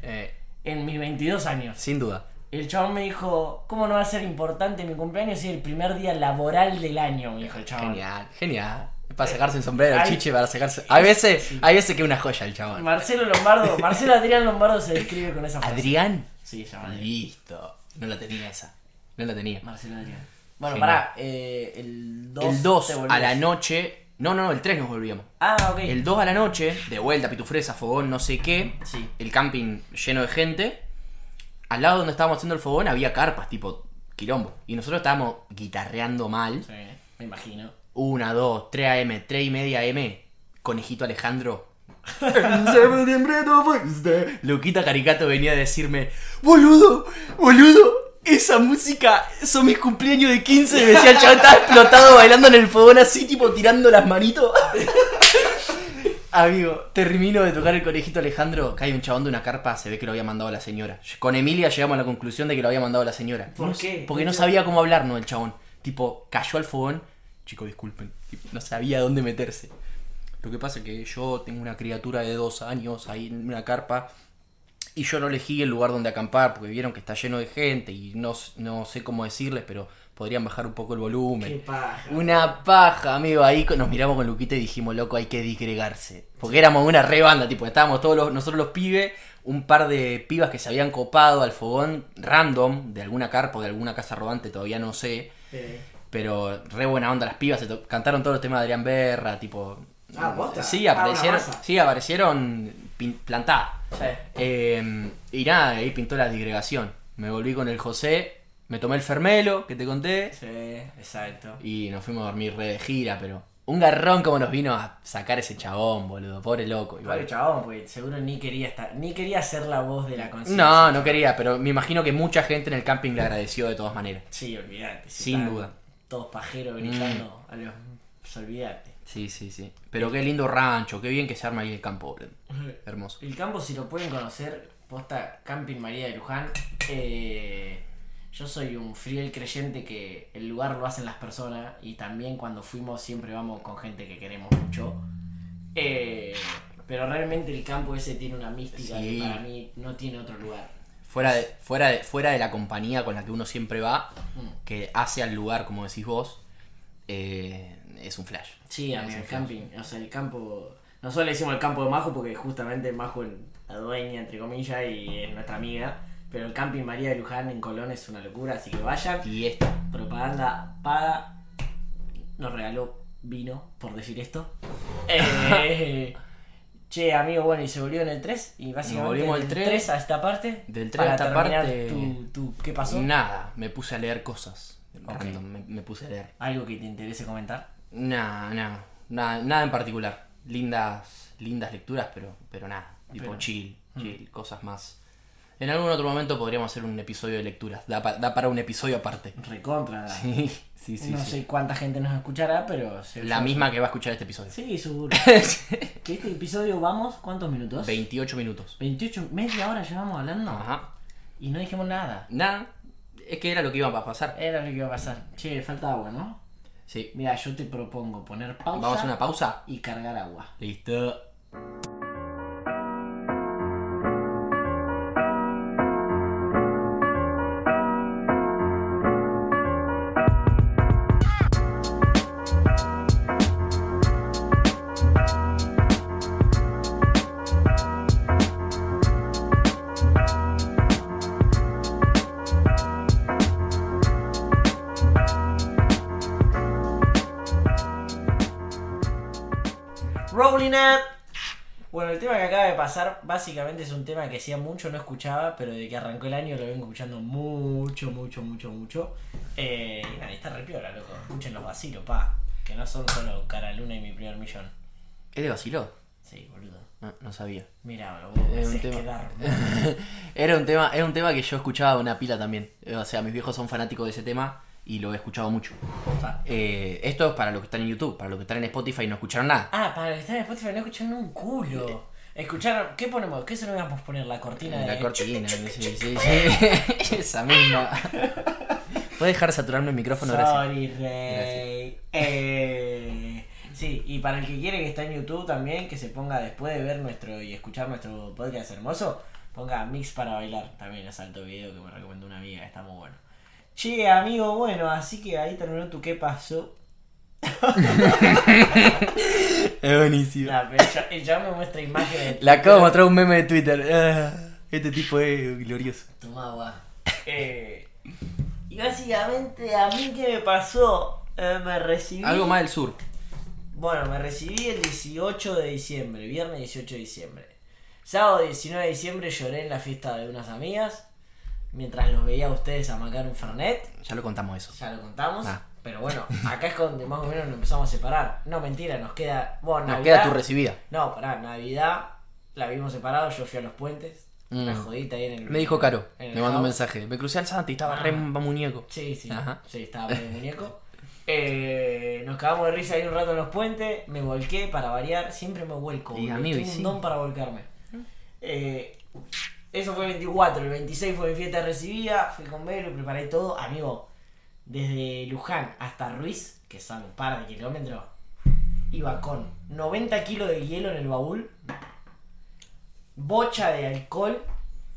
S2: en mis 22 años.
S1: Eh, sin duda.
S2: El chabón me dijo, ¿cómo no va a ser importante mi cumpleaños si es el primer día laboral del año? Me dijo el chabón.
S1: Genial, genial. Es Para sacarse el sombrero, el
S2: Ah. Eh, Ay.
S1: chiche, para sacarse. Hay veces, hay veces que es una joya el chabón.
S2: Marcelo Lombardo, Marcelo Adrián Lombardo se describe con esa frase.
S1: Adrián.
S2: Sí, se llama Adrián.
S1: Listo. No la tenía esa. No la tenía.
S2: Marcelo Adrián. Bueno,
S1: Genial.
S2: pará, eh, el 2.
S1: El 2 a la noche. No, no, no, el 3 nos volvíamos.
S2: Ah, ok.
S1: El 2 a la noche, de vuelta, pitufresa, fogón, no sé qué.
S2: Sí.
S1: El camping lleno de gente. Al lado donde estábamos haciendo el fogón había carpas, tipo quilombo. Y nosotros estábamos guitarreando mal.
S2: Sí, me imagino.
S1: 1, 2, 3 AM, 3 y media AM, Conejito Alejandro. Septiembre no fuiste. Luquita Caricato venía a decirme, boludo, boludo, esa música son mis cumpleaños de 15. Me decía el chaval, estaba explotado bailando en el fogón así, tipo tirando las manitos. Amigo, termino de tocar el conejito Alejandro. Cae un chabón de una carpa, se ve que lo había mandado la señora. Con Emilia llegamos a la conclusión de que lo había mandado la señora.
S2: ¿Por
S1: No
S2: qué?
S1: sé, Porque no sabía cómo hablar, ¿no? El chabón. Tipo, cayó al fogón. Chico, disculpen. Tipo, No sabía dónde meterse. Lo que pasa es que yo tengo una criatura de dos años ahí en una carpa. Y yo no elegí el lugar donde acampar porque vieron que está lleno de gente y no, s- no sé cómo decirles, pero podrían bajar un poco el volumen.
S2: Qué paja.
S1: Una paja, amigo. Ahí con- nos miramos con Luquita y dijimos, loco, hay que disgregarse. Porque éramos una re banda, tipo, estábamos todos los, nosotros los pibes, un par de pibas que se habían copado al fogón random de alguna carpa o de alguna casa rodante, todavía no sé.
S2: Eh,
S1: Pero re buena onda las pibas, se to- cantaron todos los temas de Adrián Berra, tipo.
S2: Ah, ¿posta?
S1: Sí,
S2: Ah,
S1: aparecieron,
S2: una masa.
S1: sí, aparecieron pin- plantadas.
S2: sí.
S1: Eh, y nada, ahí pintó la disgregación. Me volví con el José, me tomé el fermelo que te conté.
S2: Sí, exacto.
S1: Y nos fuimos a dormir re de gira, pero. Un garrón como nos vino a sacar ese chabón, boludo. Pobre loco. igual.
S2: Pobre chabón, pues seguro ni quería estar, ni quería ser la voz de la conciencia.
S1: No, no quería, pero me imagino que mucha gente en el camping le agradeció de todas maneras.
S2: Sí, olvídate. si
S1: Sin
S2: están
S1: duda.
S2: Todos pajeros gritando a los. pues, olvídate.
S1: Sí, sí, sí. Pero qué lindo rancho, qué bien que se arma ahí el campo, boludo. Hermoso.
S2: El campo, si lo pueden conocer, posta Camping María de Luján. eh, yo soy un fiel creyente que el lugar lo hacen las personas y también cuando fuimos siempre vamos con gente que queremos mucho. Eh, pero realmente el campo ese tiene una mística
S1: Sí.
S2: que para mí no tiene otro lugar.
S1: Fuera de, fuera, de, fuera de la compañía con la que uno siempre va,
S2: Mm.
S1: que hace al lugar, como decís vos, eh, es un flash.
S2: Sí, a
S1: Es
S2: mí
S1: un
S2: el
S1: flash.
S2: camping, o sea, el campo... Nosotros le decimos el campo de Majo porque justamente Majo en- la dueña, entre comillas, y es nuestra amiga. Pero el camping María de Luján en Colón es una locura, así que vayan.
S1: Y esto.
S2: Propaganda paga. Nos regaló vino, por decir esto. Eh, che, amigo, bueno, y se volvió en el 3. Y básicamente
S1: Nos volvimos
S2: del
S1: al 3,
S2: a esta parte.
S1: del 3
S2: para
S1: a esta
S2: terminar
S1: parte,
S2: Tu, tu- ¿Qué pasó?
S1: Nada, me puse a leer cosas. Random, me- me puse a leer.
S2: Algo que te interese comentar.
S1: Nah, nah, nada, nada en particular. Lindas, lindas lecturas, pero, pero nada. Tipo
S2: Pero- Mm.
S1: chill, chill, cosas más. En algún otro momento podríamos hacer un episodio de lecturas. Da, pa- da para un episodio aparte.
S2: Recontra.
S1: Sí, sí, sí.
S2: no
S1: sí.
S2: sé cuánta gente nos escuchará, pero se
S1: La misma que va a escuchar este episodio.
S2: Sí, seguro. que este episodio vamos, ¿cuántos minutos?
S1: 28 minutos.
S2: 28, media hora llevamos hablando
S1: Ajá.
S2: y no dijimos nada.
S1: Nada, es que era lo que iba a pasar.
S2: Era lo que iba a pasar. Che, falta agua, ¿no?
S1: Sí.
S2: Mira, yo te propongo poner pausa
S1: Vamos a una pausa.
S2: y cargar agua.
S1: Listo.
S2: Rolling up. Bueno, el tema que acaba de pasar básicamente es un tema que hacía mucho no escuchaba, pero de que arrancó el año lo vengo escuchando mucho, mucho, mucho, mucho. Eh, y nada, está re piola, loco. Escuchen los vacilos, pa. Que no son solo Cara Luna y mi primer millón.
S1: ¿Es de vaciló?
S2: Sí, boludo.
S1: No, no sabía.
S2: Mira, boludo, me
S1: Es un
S2: haces
S1: tema.
S2: quedar.
S1: Era un tema, era un tema que yo escuchaba una pila también. Eh, O sea, mis viejos son fanáticos de ese tema y lo he escuchado mucho.
S2: Posta.
S1: Eh, esto es para los que están en YouTube, para los que están en Spotify y no escucharon nada.
S2: Ah, para los que están en Spotify no escucharon un culo. Escucharon, ¿qué ponemos? ¿Qué se lo vamos a poner? La cortina de
S1: La cortina, sí, sí, sí. Esa misma. ¿Puedes dejar de saturarme el micrófono? Gracias.
S2: Sorry, Rey. Eh, sí, y para el que quiere que está en YouTube también, que se ponga después de ver nuestro y escuchar nuestro podcast hermoso, ponga Mix para bailar. También es alto video que me recomendó una amiga, está muy bueno. Che, amigo, bueno, así que ahí terminó tu qué pasó.
S1: Es buenísimo.
S2: Nah, pero ya, ya me muestra imágenes.
S1: Le acabo de mostrar un meme de Twitter. Ah, Este tipo es glorioso.
S2: Toma agua. Eh, y básicamente a mí que me pasó, Eh, me recibí.
S1: Algo más del sur.
S2: Bueno, me recibí el 18 de diciembre, viernes 18 de diciembre. Sábado 19 de diciembre lloré en la fiesta de unas amigas, mientras los veía a ustedes amacar un Fernet,
S1: Ya lo contamos eso.
S2: ya lo contamos.
S1: Ah.
S2: Pero bueno, acá es donde más o menos nos empezamos a separar. No, mentira, nos queda. Bueno,
S1: Nos
S2: Navidad-
S1: queda tu recibida.
S2: No, pará, Navidad la vimos separado, yo fui a los puentes. Una
S1: Mm.
S2: jodita ahí en el.
S1: Me dijo Caro,
S2: en el
S1: me mandó un
S2: house.
S1: mensaje. Me crucé al Santi, estaba
S2: Ah.
S1: re mu- muñeco.
S2: Sí, sí.
S1: Ajá.
S2: Sí, estaba medio muñeco. Eh, nos cagamos de risa ahí un rato en los puentes. Me volqué para variar. Siempre me vuelco.
S1: Y
S2: boludo,
S1: amigo,
S2: tengo
S1: y
S2: un
S1: sí.
S2: don para volcarme. Eh, eso fue el 24. El 26 fue mi fiesta de recibida. Fui con Velo y preparé todo. Amigo, desde Luján hasta Ruiz, que son un par de kilómetros, iba con 90 kilos de hielo en el baúl, bocha de alcohol.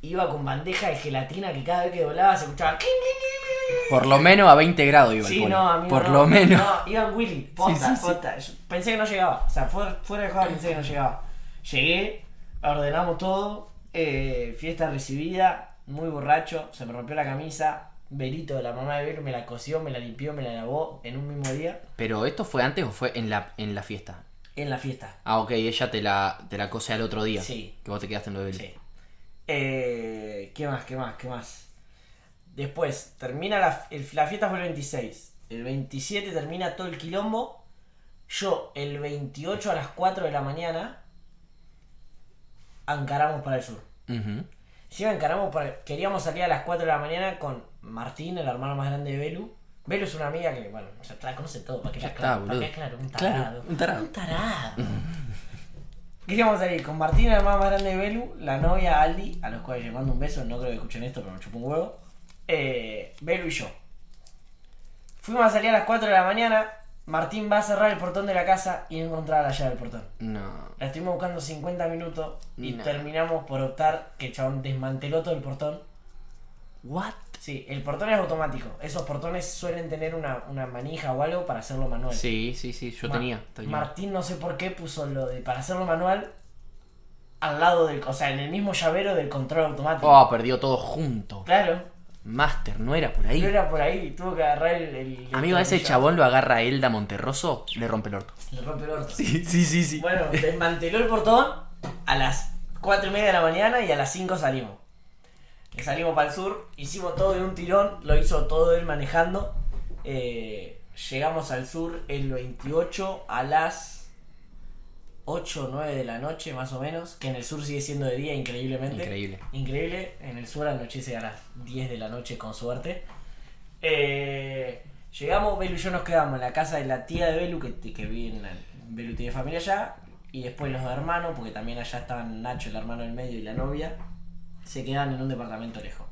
S2: Iba con bandeja de gelatina que cada vez que doblaba se escuchaba. "Cling, cling, cling, cling, cling".
S1: Por lo menos a 20 grados iba el
S2: Sí,
S1: polo.
S2: no, amigo.
S1: Por
S2: no.
S1: lo menos.
S2: No, iba en Willy, posta,
S1: Sí, sí, sí.
S2: posta. Yo pensé que no llegaba. O sea, fuera, fuera de joda pensé que no llegaba. Llegué, ordenamos todo, eh, fiesta recibida, muy borracho, se me rompió la camisa. Berito, la mamá de Vero, me la cosió, me la limpió, me la lavó en un mismo día.
S1: Pero esto fue antes o fue en la, en la fiesta.
S2: En la fiesta.
S1: Ah, ok, ella te la, te la cose al otro día.
S2: Sí.
S1: Que vos te quedaste en lo de Beli.
S2: Sí. Eh, ¿Qué más? ¿Qué más? ¿Qué más? Después, termina la, el- la fiesta fue el 26. El 27 termina todo el quilombo. Yo, el 28 a las 4 de la mañana, ancaramos para el sur.
S1: Ujú.
S2: Si encaramos para... Queríamos salir a las 4 de la mañana con Martín, el hermano más grande de Belu. Belu es una amiga que, bueno, ya la conoce todo, para que
S1: Ya
S2: ya
S1: está,
S2: claro, para
S1: boludo.
S2: que claro, un
S1: Claro,
S2: tarado.
S1: un tarado.
S2: Un tarado. Queríamos salir con Martín, el hermano más grande de Belu, la novia Aldi, a los cuales le mando un beso, no creo que escuchen esto, pero me chupó un huevo. Eh, Belu y yo. Fuimos a salir a las 4 de la mañana, Martín va a cerrar el portón de la casa y no encontraba la llave del portón.
S1: No.
S2: La estuvimos buscando 50 minutos y
S1: Nah.
S2: terminamos por optar que el chabón desmanteló todo el portón.
S1: What?
S2: Sí, el portón es automático. Esos portones suelen tener una, una manija o algo para hacerlo manual.
S1: Sí, sí, sí, yo
S2: Ma-
S1: tenía. tenía.
S2: Martín no sé por qué puso lo de para hacerlo manual al lado del, o sea, en el mismo llavero del control automático.
S1: Oh, perdió todo junto.
S2: Claro.
S1: Master, no era por ahí.
S2: Yo era por ahí, tuvo que agarrar el, el- el
S1: Amigo, a ese
S2: tornillo.
S1: chabón lo agarra Elda Monterroso, le rompe el orto.
S2: Le rompe el orto.
S1: Sí, sí, sí, sí.
S2: Bueno, desmanteló el portón a las 4 y media de la mañana y a las 5 salimos. Y Salimos para el sur, hicimos todo de un tirón, lo hizo todo él manejando. Eh, llegamos al sur el 28 a las 8 o 9 de la noche más o menos, que en el sur sigue siendo de día increíblemente.
S1: Increíble.
S2: Increíble, en el sur anochece a las 10 de la noche con suerte. Eh, llegamos, Belu y yo nos quedamos en la casa de la tía de Belu, que, que vive en la, Belu tiene familia allá, y después los hermanos, porque también allá estaban Nacho, el hermano del medio, y la novia, se quedan en un departamento lejos.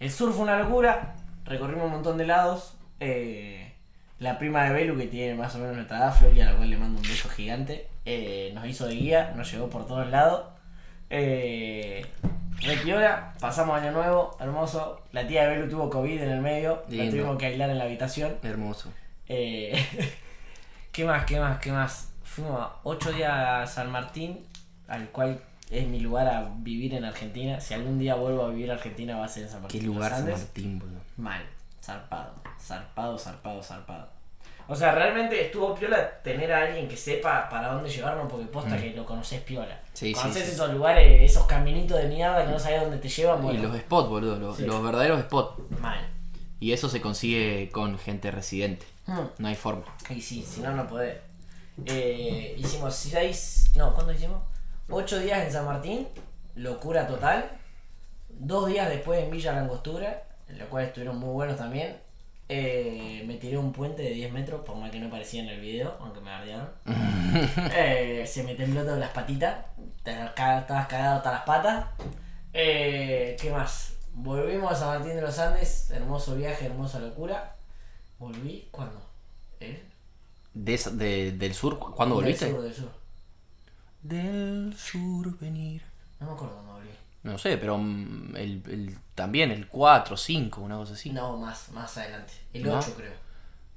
S2: El sur fue una locura, recorrimos un montón de lados. eh, la prima de Belu, que tiene más o menos nuestra edad, Floki, a la cual le mando un beso gigante, eh, nos hizo de guía, nos llevó por todos lados. Eh, de Piora, pasamos año nuevo, hermoso. La tía de Belu tuvo COVID en el medio, la
S1: Lindo.
S2: tuvimos que aislar en la habitación.
S1: Hermoso.
S2: Eh, ¿Qué más? ¿Qué más? ¿Qué más? Fuimos a 8 días a San Martín, al cual es mi lugar a vivir en Argentina. Si algún día vuelvo a vivir a Argentina va a ser en San
S1: Qué
S2: Martín. de los
S1: lugar San
S2: Andes.
S1: Martín, boludo.
S2: Mal, zarpado, zarpado, zarpado, zarpado. O sea, realmente estuvo piola tener a alguien que sepa para dónde llevarnos, porque posta que lo conoces piola.
S1: Mm. Sí, sí,
S2: conoces
S1: sí.
S2: esos lugares, esos caminitos de mierda que no sabes dónde te llevan,
S1: Y
S2: bueno,
S1: los spots, boludo, los,
S2: Sí.
S1: los verdaderos spots.
S2: mal.
S1: Y eso se consigue con gente residente.
S2: Mm.
S1: No hay forma.
S2: Y sí, si no, no podés. Eh, hicimos seis, no, ¿cuánto hicimos? Ocho días en San Martín, locura total. Dos días después en Villa Langostura, en lo cual estuvieron muy buenos también. Eh, me tiré un puente de 10 metros, por más que no parecía en el video, aunque me bardearon. Eh, se me tembló todas las patitas, te ca- estabas cagado hasta las patas. Eh, ¿Qué más? Volvimos a San Martín de los Andes, hermoso viaje, hermosa locura. ¿Volví? ¿Cuándo? ¿Eh?
S1: De, esa- de- ¿Del sur? cu- ¿Cuándo volviste?
S2: Del sur, del sur.
S1: Del sur venir.
S2: No me acuerdo cuándo volví.
S1: No sé, pero mm, el, el- también el 4, 5, una cosa así.
S2: No, más, más adelante. El
S1: ¿No?
S2: 8 creo.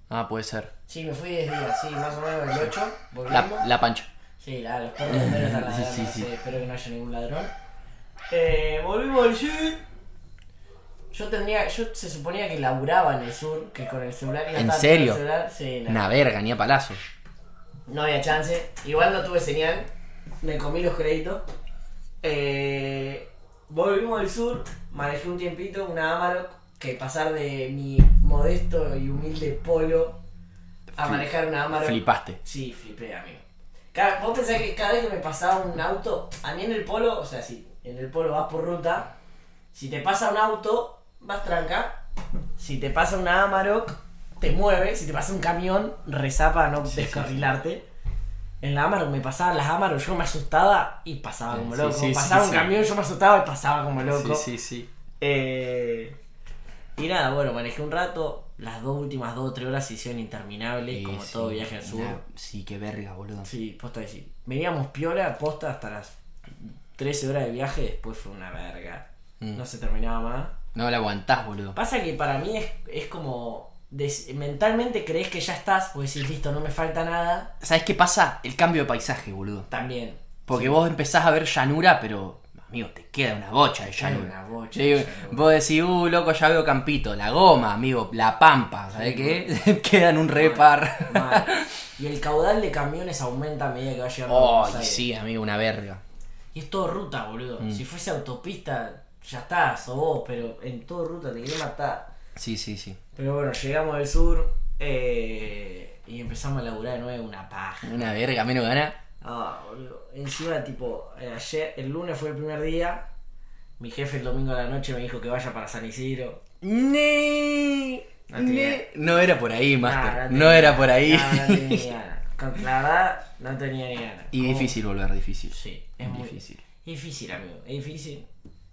S1: Ah, puede ser.
S2: Sí, me fui 10 días, sí, más o menos el 8. Volvimos.
S1: La, la pancha.
S2: Sí, la, los perros de Homero están ladrando,
S1: Sí, sí.
S2: así, espero que no haya ningún ladrón. Eh, volvimos al sur. Yo tendría, yo se suponía que laburaba en el sur, que con el celular iba a
S1: ¿En
S2: estar
S1: serio?
S2: con el celular, sí, no.
S1: Una verga, ni a palazos.
S2: No había chance. Igual no tuve señal. Me comí los créditos. Eh, volvimos del sur. Manejé un tiempito, una Amarok. que pasar de mi modesto y humilde polo a
S1: Flip-
S2: manejar una Amarok.
S1: Flipaste.
S2: Sí, flipé, amigo. Cada- vos pensás que cada vez que me pasaba un auto, a mí en el polo, o sea, si en el polo vas por ruta, si te pasa un auto, vas tranca. Si te pasa una Amarok, te mueve. Si te pasa un camión, rezá para no descarrilarte. En la Amarok me pasaban las Amarok, yo me asustaba y pasaba como
S1: Sí,
S2: loco.
S1: sí, sí,
S2: pasaba un
S1: sí.
S2: camión, yo me asustaba y pasaba como loco.
S1: Sí, sí, sí.
S2: Eh, y nada, bueno, manejé un rato. Las dos últimas dos o tres horas se hicieron interminables,
S1: Eh,
S2: como
S1: sí,
S2: todo viaje al sur.
S1: nah, sí, qué verga, boludo.
S2: Sí, posta que sí. Veníamos piola, posta hasta las 13 horas de viaje, después fue una verga.
S1: Mm.
S2: No se terminaba más.
S1: No la aguantás, boludo.
S2: Pasa que para mí es, es como. des- mentalmente crees que ya estás, pues decís, listo, no me falta nada.
S1: ¿Sabes qué pasa? El cambio de paisaje, boludo.
S2: También.
S1: Porque vos empezás a ver llanura, pero, amigo, te queda una bocha de
S2: queda
S1: llanura.
S2: una bocha
S1: Sí,
S2: de llanura.
S1: Vos decís, uh, loco, ya veo campito. La goma, amigo, la pampa, ¿sabes qué? Quedan un repar.
S2: Mal. Y el caudal de camiones aumenta a medida que va llegando. a
S1: Oh,
S2: Buenos
S1: y
S2: Aires.
S1: sí, Mm. amigo, una verga.
S2: Y es todo ruta, boludo. Si fuese autopista, ya está, sos vos, pero en todo ruta te quería matar.
S1: Sí, sí, sí.
S2: Pero bueno, llegamos del sur eh, y empezamos a laburar de nuevo una paja.
S1: Una verga, menos gana.
S2: Ah, boludo. Encima, tipo, eh, ayer, el lunes fue el primer día. Mi jefe el domingo a la noche me dijo que vaya para San Isidro.
S1: Ne-
S2: No
S1: ne-
S2: tenía.
S1: No era por ahí, Master.
S2: Nah,
S1: no,
S2: tenía-
S1: era por ahí.
S2: nah, no tenía ganas. Con- La verdad, no tenía ni ganas.
S1: y
S2: Como-
S1: difícil volver, difícil.
S2: Sí, es muy
S1: Difícil.
S2: Difícil, amigo, es difícil.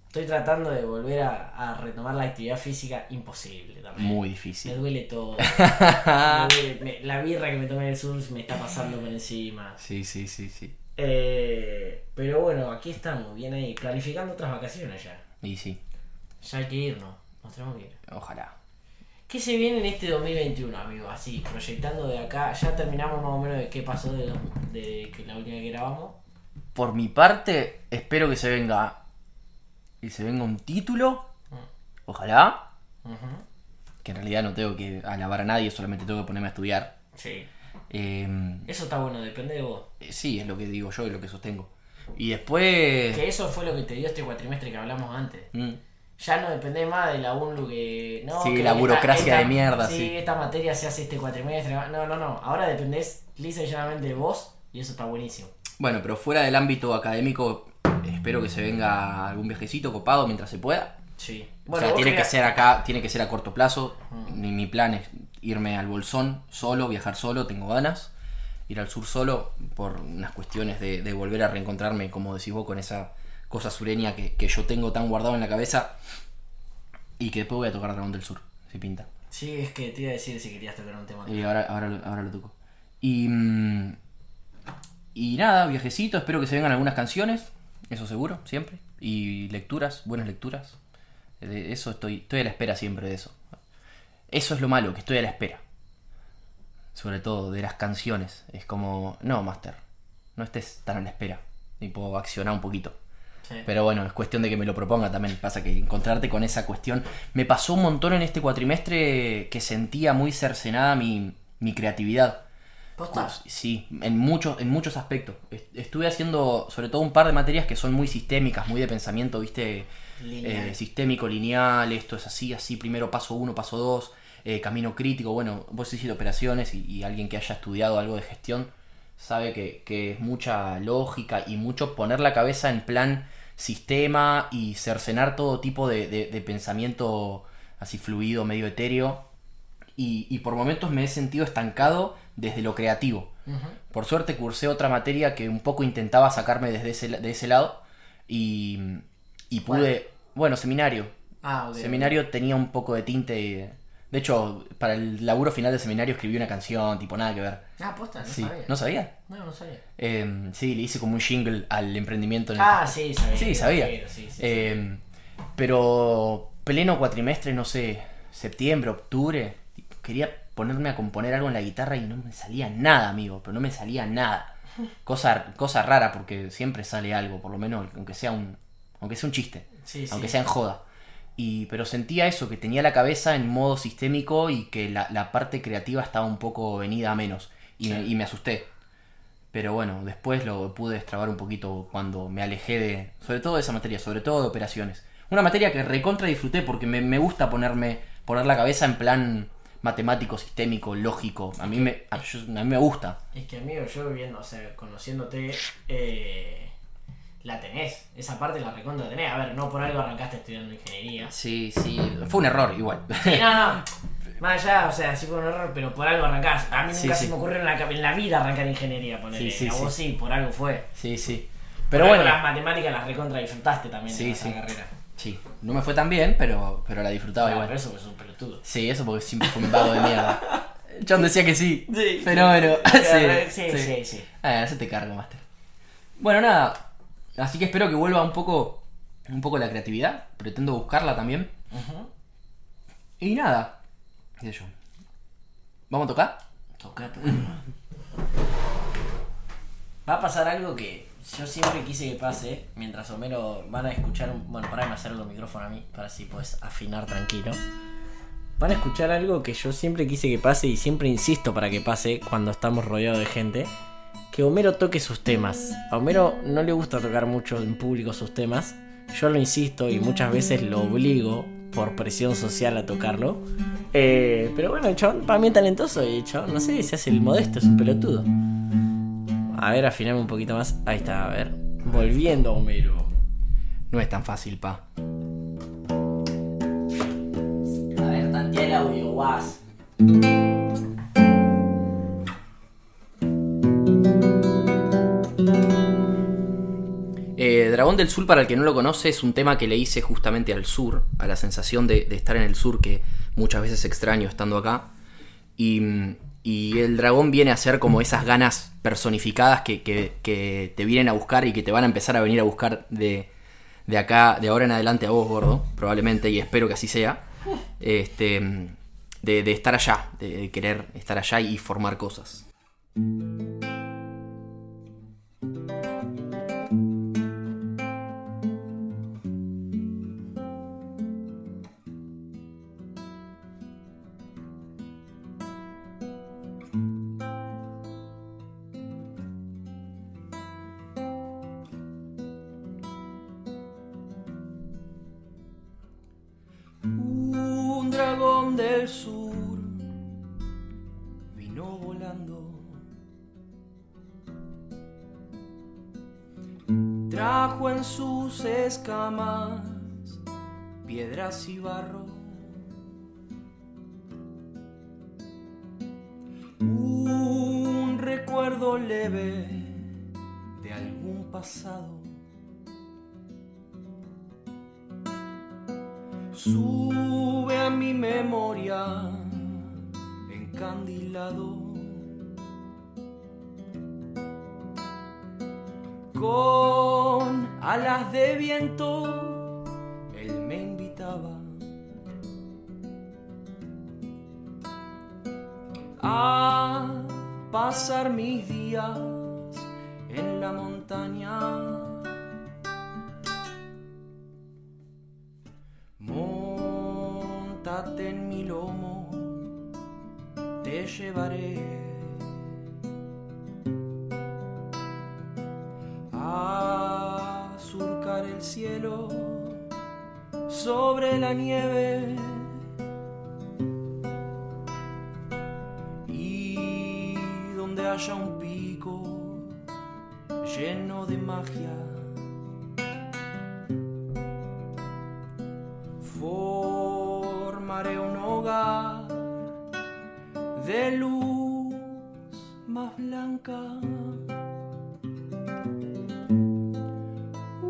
S2: Estoy tratando de volver a, a retomar la actividad física, imposible también.
S1: Muy
S2: Me
S1: difícil.
S2: duele todo. Me duele- me- la birra que me tomé en el sur me está pasando por encima.
S1: Sí, sí, sí, sí.
S2: Eh, pero bueno, aquí estamos, bien ahí, planificando otras vacaciones ya.
S1: Y sí,
S2: Ya hay que irnos, nos tenemos que ir.
S1: ojalá.
S2: ¿Qué se viene en este 2021, amigo? Así, proyectando de acá, ya terminamos más o menos de qué pasó de, dos- de que la última que grabamos.
S1: Por mi parte, espero que se venga. Que se venga un título. Ojalá.
S2: Ujú.
S1: Que en realidad no tengo que alabar a nadie, solamente tengo que ponerme a estudiar.
S2: Sí.
S1: Eh,
S2: Eso está bueno, depende de vos.
S1: sí, es lo que digo yo y lo que sostengo. Y después.
S2: Que eso fue lo que te dio este cuatrimestre que hablamos antes.
S1: Mm,
S2: Ya no depende más de la UNLU que. No,
S1: Sí,
S2: que
S1: la burocracia de mierda,
S2: Sí,
S1: sí.
S2: esta materia se hace este cuatrimestre. No, no, no. Ahora dependés lisa y llanamente de vos y eso está buenísimo.
S1: Bueno, pero fuera del ámbito académico, espero que se venga algún viajecito copado mientras se pueda.
S2: Sí.
S1: o sea,
S2: vos
S1: tiene que
S2: querías-
S1: ser acá, tiene que ser a corto plazo. Ni mi plan es irme al Bolsón solo, viajar solo, tengo ganas. Ir al sur solo por unas cuestiones de, de volver a reencontrarme, como decís vos, con esa cosa sureña que, que yo tengo tan guardado en la cabeza. Y que después voy a tocar Dragón del Sur, si pinta.
S2: Sí, es que te iba a decir si querías tocar un tema.
S1: Y Eh, ahora, ahora, lo- ahora lo toco. Y, mm, y nada, viajecito, espero que se vengan algunas canciones, eso seguro, siempre. Y lecturas, buenas lecturas. De eso estoy, estoy a la espera siempre de eso. Eso es lo malo, que estoy a la espera. Sobre todo de las canciones. Es como, no, Master, no estés tan a la espera. Tipo, accionar un poquito.
S2: Sí.
S1: Pero bueno, es cuestión de que me lo proponga también. Pasa que encontrarte con esa cuestión. Me pasó un montón en este cuatrimestre que sentía muy cercenada mi, mi creatividad.
S2: Posta.
S1: Sí, en muchos, en muchos aspectos. Est- Estuve haciendo sobre todo un par de materias que son muy sistémicas, muy de pensamiento, viste,
S2: Lineal.
S1: Eh, sistémico, lineal, esto es así, así, primero paso uno, paso dos, eh, camino crítico, bueno, vos hiciste operaciones y, y alguien que haya estudiado algo de gestión sabe que, que es mucha lógica y mucho poner la cabeza en plan sistema y cercenar todo tipo de, de- de pensamiento así fluido, medio etéreo. Y, y por momentos me he sentido estancado desde lo creativo.
S2: Ujú.
S1: Por suerte cursé otra materia que un poco intentaba sacarme desde ese, la- de ese lado y, y pude... Bueno, seminario.
S2: Ah, ok.
S1: Seminario tenía un poco de tinte... De hecho, para el laburo final de seminario escribí una canción, tipo nada que ver.
S2: Ah, posta, no
S1: Sí,
S2: sabía.
S1: ¿No sabía?
S2: No, no sabía.
S1: Eh, sí, le hice como un jingle al emprendimiento en el
S2: Ah, sí, sabía.
S1: Sí, sabía.
S2: Sí, sí, sí.
S1: Eh, pero pleno cuatrimestre, no sé, septiembre, octubre, quería ponerme a componer algo en la guitarra y no me salía nada, amigo, pero no me salía nada. Cosa, cosa rara porque siempre sale algo, por lo menos aunque sea un, aunque sea un chiste,
S2: Sí, sí.
S1: aunque sea en joda. Y, pero sentía eso, que tenía la cabeza en modo sistémico y que la, la parte creativa estaba un poco venida a menos. Y, me, y me asusté. Pero bueno, después lo pude destrabar un poquito cuando me alejé de. Sobre todo de esa materia, sobre todo de operaciones. Una materia que recontra disfruté porque me, me gusta ponerme, poner la cabeza en plan matemático, sistémico, lógico. A mí me, a, yo- a mí me gusta.
S2: Es que amigo, yo viendo, o sea, conociéndote, eh, la tenés. Esa parte la recontra tenés. A ver, no por algo arrancaste estudiando ingeniería.
S1: Sí, sí. Fue un error igual.
S2: Sí, no, no. Más allá, o sea, sí fue un error, pero por algo arrancás. A mí
S1: Sí,
S2: nunca
S1: sí.
S2: se me ocurrió en la, ca- en la vida arrancar ingeniería, ponele.
S1: Sí, sí,
S2: a vos sí. por algo fue.
S1: sí, sí. Pero
S2: Por
S1: bueno.
S2: algo las matemáticas las recontra disfrutaste también
S1: Sí,
S2: en esa
S1: sí.
S2: carrera.
S1: Sí, no me fue tan bien, pero, pero la disfrutaba
S2: Ah,
S1: igual.
S2: pero eso es un pelotudo.
S1: Sí, eso porque siempre fue un vago de mierda. John decía que sí. Fenómeno.
S2: Sí, sí, sí.
S1: Ah, eso te cargo, Master. Bueno, nada. Así que espero que vuelva un poco, un poco la creatividad. Pretendo buscarla también.
S2: Ujú.
S1: Y nada. qué sé yo. ¿Vamos a tocar?
S2: Toca, toca. Va a pasar algo que yo siempre quise que pase, mientras Homero van a escuchar un... Bueno, para me hacerlo el micrófono a mí, para así puedes afinar tranquilo. Van a escuchar algo que yo siempre quise que pase y siempre insisto para que pase cuando estamos rodeados de gente. Que Homero toque sus temas. A Homero no le gusta tocar mucho en público sus temas. Yo lo insisto y muchas veces lo obligo por presión social a tocarlo. Eh, pero bueno, el chabón para mí es talentoso y el chabón, no sé, se hace el modesto, es un pelotudo. A ver, afiname un poquito más. Ahí está, a ver. Volviendo a Homero.
S1: No es tan fácil, pa.
S2: A ver, tantea el audio, guas.
S1: Eh, Dragón del Sur, para el que no lo conoce, es un tema que le hice justamente al sur, a la sensación de, de estar en el sur que muchas veces extraño estando acá. Y, y el dragón viene a ser como esas ganas personificadas que, que- que te vienen a buscar y que te van a empezar a venir a buscar de, de acá, de ahora en adelante a vos, gordo, probablemente, y espero que así sea. Este, de, de estar allá, de, de querer estar allá y formar cosas. Un dragón del sur vino volando. Trajo en sus escamas piedras y barro. Un recuerdo leve de algún pasado. sube a mi memoria encandilado con alas de viento él me invitaba a pasar mis días en la montaña Montate en mi lomo, te llevaré a surcar el cielo sobre la nieve y donde haya un pico lleno de magia. Formaré un hogar de luz más blanca. Uh.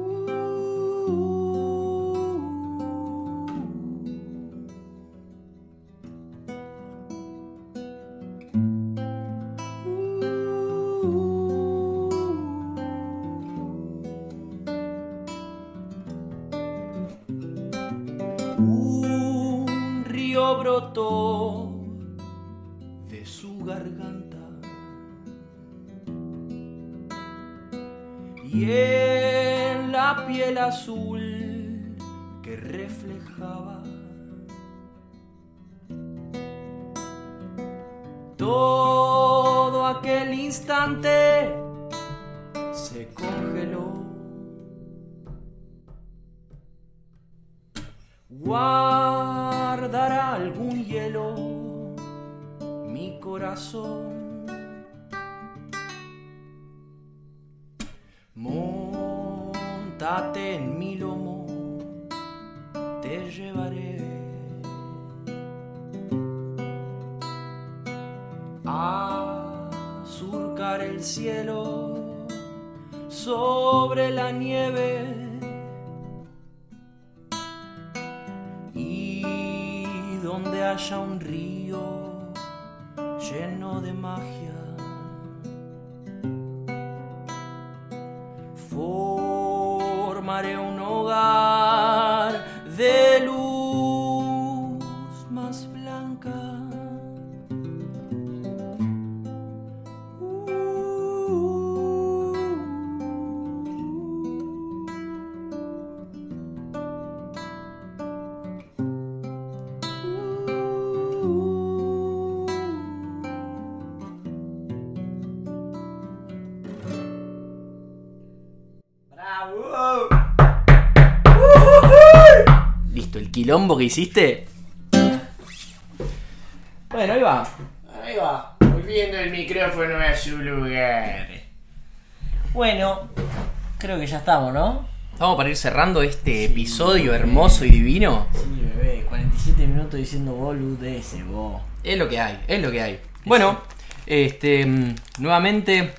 S1: Uh. Un río brotó de su garganta y en la piel azul que reflejaba todo aquel instante se congeló. Guardará algún hielo mi corazón. Montate en mi lomo, te llevaré. A surcar el cielo sobre la nieve y donde haya un río lleno de magia. Formaré un hogar de luz más blanca.
S3: ¡Bravo!
S1: Listo, el quilombo que hiciste. Bueno, ahí va.
S3: Ahí va.
S2: Volviendo el micrófono a su lugar. Bueno, creo que ya estamos, ¿no?
S1: Vamos para ir cerrando este episodio hermoso y divino.
S2: Sí, bebé, 47 minutos diciendo boludeces, vos.
S1: Es lo que hay, es lo que hay. Bueno, este, mm, nuevamente,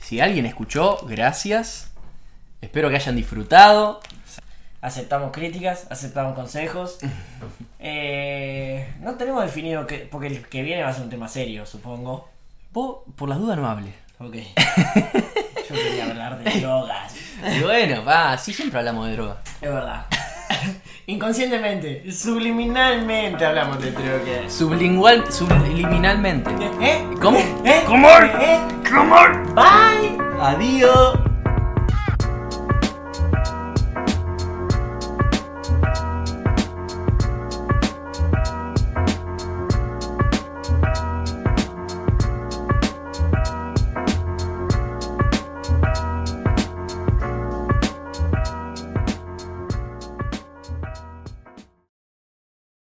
S1: si alguien escuchó, gracias. Espero que hayan disfrutado.
S2: Aceptamos críticas, aceptamos consejos. Eh, no tenemos definido que. Porque el que viene va a ser un tema serio, supongo.
S1: Vos, por las dudas, no hable.
S2: Ok. Yo quería hablar de drogas.
S1: Y bueno, va, así siempre hablamos de droga.
S2: Es verdad. Inconscientemente, subliminalmente hablamos de drogas.
S1: Sublingual, subliminalmente.
S2: ¿Eh?
S1: ¿Cómo?
S2: ¿Eh?
S1: ¿Cómo?
S2: ¿Eh?
S1: ¿Cómo?
S2: Bye.
S1: Adiós.